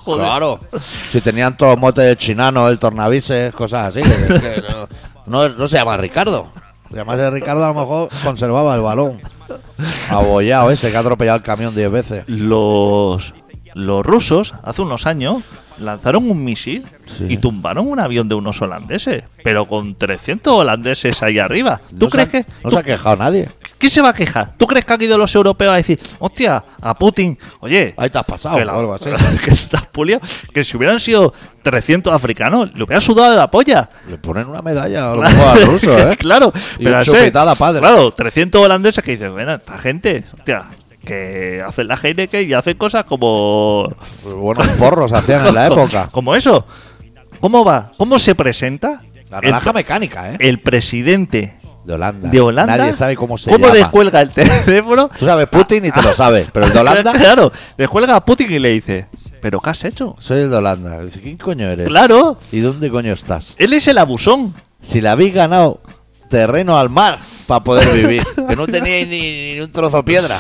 S2: Joder.
S1: Claro. Si tenían todos motes de chinano, el tornavises, cosas así. que- que no- no, no se llama Ricardo. Además, el Ricardo a lo mejor conservaba el balón. Abollado este que ha atropellado el camión 10 veces.
S2: los, los rusos, hace unos años, lanzaron un misil
S1: Sí.
S2: y tumbaron un avión de unos holandeses, pero con 300 holandeses ahí arriba.
S1: No
S2: ¿Tú
S1: se
S2: crees
S1: ha-
S2: que.?
S1: No
S2: tú-
S1: se ha quejado nadie.
S2: ¿Quién se va a quejar? ¿Tú crees que han ido los europeos a decir, hostia, a Putin, oye,
S1: Ahí te has pasado
S2: que, la-
S1: o algo así.
S2: <laughs> que estás puliado? Que si hubieran sido 300 africanos, le hubieran sudado de la polla.
S1: Le ponen una medalla a
S2: <laughs>
S1: lo mejor al ruso, ¿eh?
S2: claro,
S1: Y
S2: pero
S1: un
S2: al ser-
S1: chupitada, padre.
S2: Claro, 300 holandeses que dicen, bueno, esta gente, hostia, que hacen la Heineken y hacen cosas como
S1: Pues Buenos porros hacían
S2: <laughs>
S1: en la época.
S2: Como eso. ¿Cómo va? ¿Cómo se presenta
S1: La
S2: el,
S1: naranja mecánica, ¿eh?
S2: el presidente
S1: De Holanda.
S2: de Holanda?
S1: Nadie sabe cómo se
S2: ¿Cómo
S1: llama.
S2: descuelga el <laughs> teléfono?
S1: Tú sabes Putin y te lo
S2: <laughs>
S1: sabes, pero el de Holanda...
S2: Claro, descuelga a Putin y le dice, ¿pero qué has hecho?
S1: Soy el de Holanda. Dice, ¿quién coño eres?
S2: Claro,
S1: ¿Y dónde coño estás?
S2: él es el abusón.
S1: Si le habéis ganado terreno al mar para poder vivir, que no teníais ni, ni un trozo de piedra.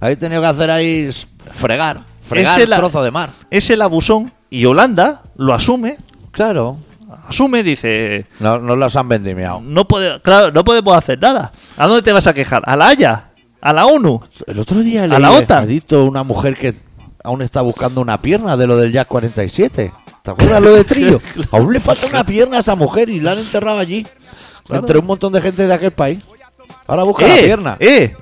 S1: Habéis tenido que hacer ahí s- fregar, fregar
S2: Ese
S1: el
S2: la-
S1: trozo de mar.
S2: Es el abusón y Holanda lo asume,
S1: Claro.
S2: asume, dice,
S1: No, no los han vendimiado.
S2: no, puede, claro, no podemos hacer nada. ¿A dónde te vas a quejar? ¿A la Haya? ¿A la ONU?
S1: El otro día
S2: la
S1: leí
S2: OTAN.
S1: desnudito una mujer que aún está buscando una pierna de lo del Jack 47. ¿Te acuerdas lo de <laughs> Trillo? aún le falta una pierna a esa mujer y la han enterrado allí. Entre un montón de gente de aquel país. Ahora busca la
S2: eh,
S1: pierna.
S2: eh,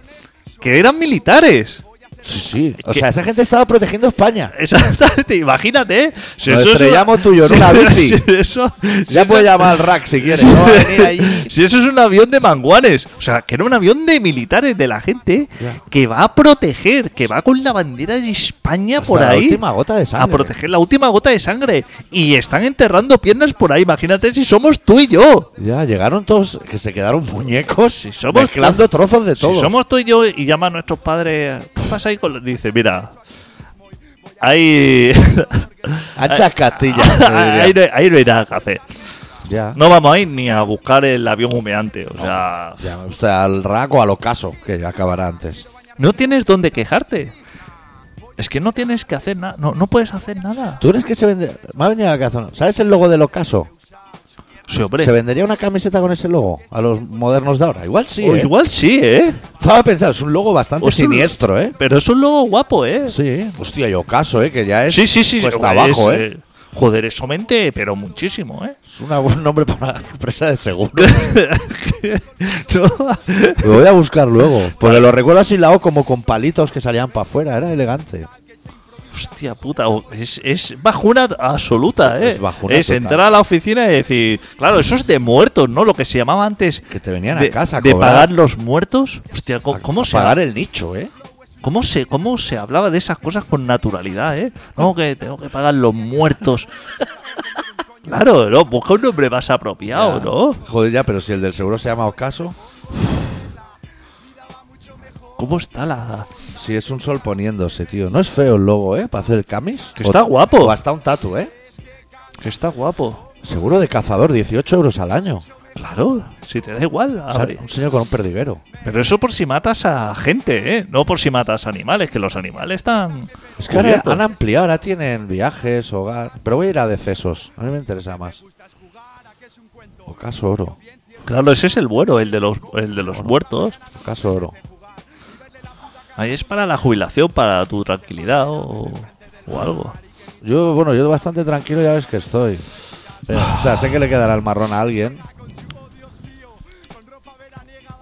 S2: que eran militares.
S1: Sí, sí. O sea, esa gente estaba protegiendo España.
S2: Exactamente, imagínate. ¿eh? Si
S1: Nos
S2: es una-
S1: estrellamos tú y yo en una
S2: si-
S1: bici.
S2: <laughs> si eso, si
S1: Ya
S2: eso-
S1: puedes llamar al rack si quieres. No va a venir allí.
S2: <laughs> Si eso es un avión de manguanes, o sea, que era un avión de militares, de la gente que va a proteger, que va con la bandera de España
S1: Hasta
S2: por
S1: la
S2: ahí.
S1: última gota de sangre.
S2: A proteger la última gota de sangre. Y están enterrando piernas por ahí. Imagínate si somos tú y yo.
S1: <laughs> Ya, llegaron todos que se quedaron muñecos
S2: Si somos
S1: mezclando trozos de todo.
S2: Si somos tú y yo y llama a nuestros padres, ¿qué pasa ahí con los-?" Dice, mira, ahí.
S1: Anchas Castilla. <laughs>
S2: <laughs> ahí, no, ahí no hay nada que hacer.
S1: ya.
S2: No vamos a ir ni a buscar el avión humeante. O sea,
S1: Llame usted al rack o al ocaso, que ya acabará antes.
S2: no tienes dónde quejarte. Es que no tienes que hacer nada. No, no puedes hacer nada.
S1: ¿Tú crees que se vende? Me ha venido a la cazón. ¿Sabes el logo del ocaso?
S2: Sí, hombre.
S1: ¿Se vendería una camiseta con ese logo a los modernos de ahora? Igual sí.
S2: O
S1: ¿eh?
S2: igual sí, ¿eh?
S1: Estaba pensando, es un logo bastante
S2: O es un-
S1: siniestro, ¿eh?
S2: Pero es un logo guapo, ¿eh?
S1: Sí. Hostia, y ocaso, ¿eh? Que ya es.
S2: Sí, sí, sí. sí,
S1: Cuesta
S2: hombre,
S1: abajo,
S2: es,
S1: ¿eh?
S2: eh, Joder, eso mente, pero muchísimo, <laughs> ¿eh?
S1: Es una- un nombre para una <laughs> empresa de
S2: <laughs>
S1: seguro.
S2: No.
S1: Lo voy a buscar luego. Porque lo recuerdo así lado como con palitos que salían para afuera. Era elegante.
S2: Hostia puta, o- es, es bajuna absoluta, ¿eh?
S1: Es bajuna total.
S2: entrar a la oficina y decir, claro, eso es de muertos, ¿no? Lo que se llamaba antes.
S1: Que te venían
S2: de,
S1: a casa a
S2: De
S1: cobrar.
S2: pagar los muertos. Hostia, co- ¿cómo,
S1: A
S2: se,
S1: Pagar el nicho, ¿eh?
S2: cómo, se, ¿cómo se hablaba de esas cosas con naturalidad, ¿eh? No, que tengo que pagar los muertos. <laughs> claro, ¿no? Busca un nombre más apropiado, ¿no?
S1: Joder, ya, pero si el del seguro se llama ocaso.
S2: ¿Cómo está la.?
S1: Si es un sol poniéndose, tío. No es feo el logo, ¿eh? Para hacer camis.
S2: Que está guapo.
S1: O hasta un tatu, ¿eh?
S2: Que está guapo.
S1: Seguro de cazador, 18 euros al año.
S2: Claro, si te da igual.
S1: O sea,
S2: abre.
S1: un señor con un perdiguero.
S2: Pero eso por si matas a gente, ¿eh? No por si matas a animales, que los animales están.
S1: Es que ahora
S2: cubiertos.
S1: han ampliado, ahora tienen viajes, hogar. Pero voy a ir a decesos. A mí me interesa más. Ocaso oro.
S2: Claro, ese es el bueno, el de los, el de los muertos.
S1: Ocaso oro.
S2: Ahí es para la jubilación, para tu tranquilidad o, o algo.
S1: Yo, bueno, yo bastante tranquilo ya ves que estoy. Eh, o sea, sé que le quedará el marrón a alguien.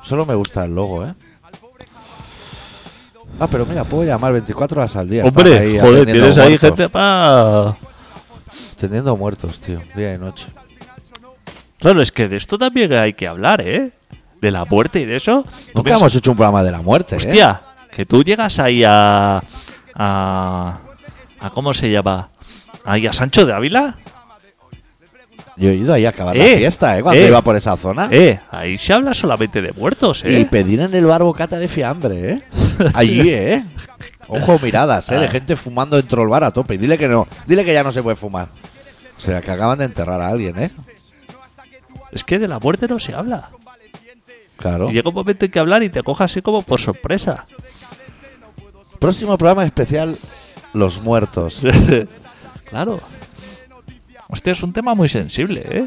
S1: Solo me gusta el logo, ¿eh? Ah, pero mira, puedo llamar 24 horas al día. Están ahí
S2: Hombre, joder,
S1: atendiendo
S2: tienes ahí
S1: muertos.
S2: gente para.
S1: Atendiendo muertos, tío, día y noche.
S2: Claro, es que de esto también hay que hablar, ¿eh? De la muerte y de eso. Tú
S1: Nunca
S2: piensas,
S1: hemos hecho un programa de la muerte, ¿eh?
S2: Hostia, que tú llegas ahí a. a. a ¿Cómo se llama? Ahí a Sancho de Ávila.
S1: Yo he ido ahí a acabar
S2: Eh,
S1: la fiesta, ¿eh? Cuando
S2: eh.
S1: iba por esa zona.
S2: Eh, ahí se habla solamente de muertos, ¿eh?
S1: Y pedir en el bar bocata de fiambre,
S2: <laughs>
S1: ¿eh? Allí, ¿eh? Ojo, miradas, ¿eh? De
S2: Ah.
S1: gente fumando dentro del bar a tope. Y Dile que no, dile que ya no se puede fumar. O sea, que acaban de enterrar a alguien, ¿eh?
S2: Es que de la muerte no se habla.
S1: Claro.
S2: Y llega un momento en que hablar y te coja así como por sorpresa.
S1: Próximo programa especial, los
S2: <laughs>
S1: muertos.
S2: claro. Hostia, es un tema muy sensible, ¿eh?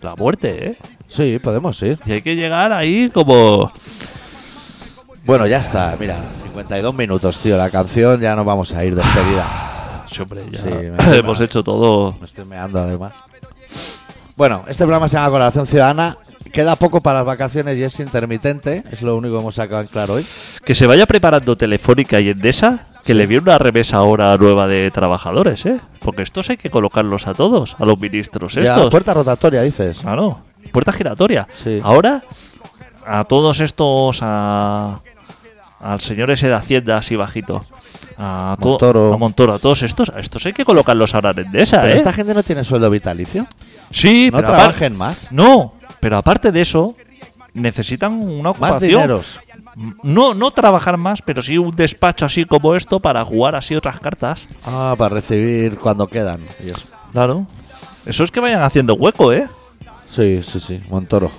S2: La muerte, ¿eh?
S1: Sí, podemos ir.
S2: Y hay que llegar ahí como...
S1: Bueno, ya está, mira, 52 minutos, tío. La canción ya nos vamos a ir despedida.
S2: Sí, hombre, ya
S1: Sí,
S2: <coughs>
S1: me-
S2: hemos hecho todo...
S1: Me estoy meando, además. Bueno, este programa se llama Colaboración Ciudadana. Queda poco para las vacaciones y es intermitente. Es lo único que hemos sacado en claro hoy.
S2: Que se vaya preparando Telefónica y Endesa, que le viene una remesa ahora nueva de trabajadores, ¿eh? Porque estos hay que colocarlos a todos, a los ministros
S1: Ya,
S2: estos.
S1: puerta rotatoria, dices.
S2: Claro, puerta giratoria.
S1: Sí.
S2: Ahora, a todos estos, a- al señor ese de Hacienda así bajito, a, to-
S1: Montoro.
S2: a Montoro, a todos estos, a estos hay que colocarlos ahora en Endesa,
S1: Pero
S2: ¿eh?
S1: esta gente no tiene sueldo vitalicio.
S2: Sí,
S1: No
S2: pero apar-
S1: trabajen más.
S2: No, pero aparte de eso, necesitan una ocupación.
S1: dineros.
S2: No, no trabajar más, pero sí un despacho así como esto para jugar así otras cartas.
S1: Ah, para recibir cuando quedan. y eso.
S2: Claro. Eso es que vayan haciendo hueco, ¿eh?
S1: Sí, sí, sí, Montoro.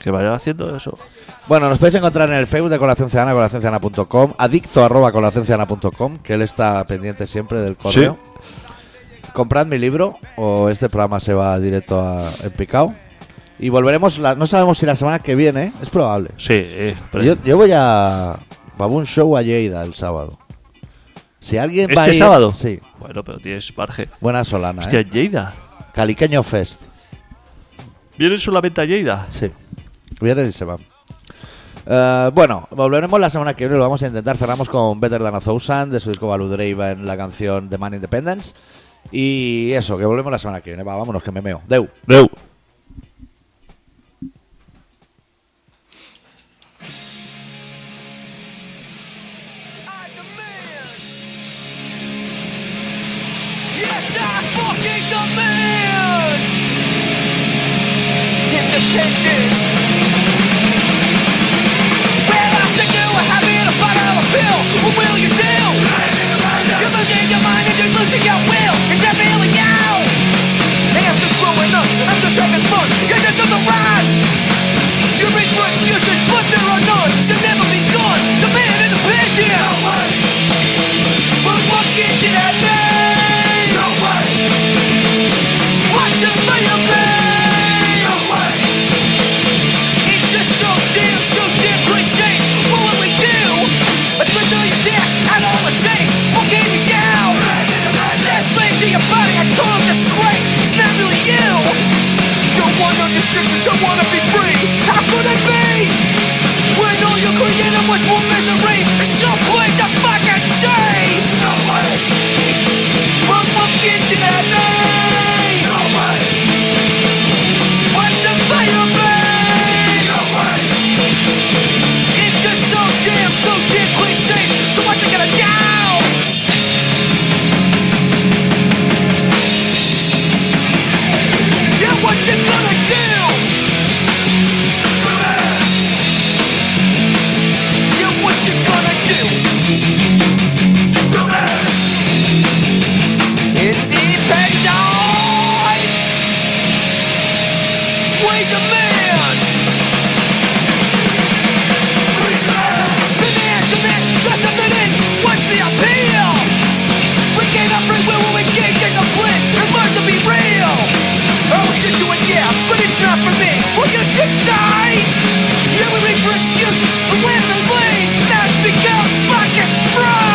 S2: Que vayan haciendo eso.
S1: Bueno, nos podéis encontrar en el Facebook de Colación Ciudadana, colacionciudadana.com, adicto arroba colacionciudadana.com, que él está pendiente siempre del correo. Comprad mi libro o este programa se va directo a en picado. Y volveremos, la- no sabemos si la semana que viene, es probable.
S2: Sí, eh, pero-
S1: Yo, yo voy a. Va a un show a Lleida el sábado. Si alguien va a
S2: ¿Este
S1: ir-
S2: sábado?
S1: Sí,
S2: Bueno, pero tienes margen.
S1: buena solana.
S2: Hostia,
S1: ¿eh?
S2: Lleida.
S1: Caliqueño Fest.
S2: ¿Vienen solamente a Lleida?
S1: Sí. Vienen y se van. Eh, bueno, volveremos la semana que viene. Lo vamos a intentar. Cerramos con Better Than a Thousand de su disco Valudreiva en la canción The Man Independence. Y eso, que volvemos la semana que viene. Va, vámonos, que me meo. Deu.
S2: Deu.
S6: I demand. Yes, I fucking demand independence. Well, I stick to a habit of fight out a pill. What will you do? You're losing your mind and you're losing your will. Is that really out? Hey, I'm just growing up. I'm just having fun. Get into the ride. You make for excuses, but there are none. Should never be done. Demand independence. No way. But what good did I make? No way. What should I have made? No way. It's just so damn, so damn cliche. What will we do? I spent all your debt and all the change. What can you do? Said slave to your body, a total disgrace. It's not really you. Don't want no restrictions, don't wanna be free. How could I be? When all you created was more misery, it's so plain to fucking see. No way. But what good did I make? No way. What's a fire make? No way. It's just so damn, so damn cliche. So what they gonna do? Yeah, what you gonna do? Yeah, what you gonna do? Independence! We demand! Demand, demand, just a minute! What's the appeal? We gain our free will when we gain discipline and learn to be real. Oh, shit, do it, yeah, but it's not for me. Will you succeed? Yeah, we look for excuses, but we're the lead. That's become fucking free.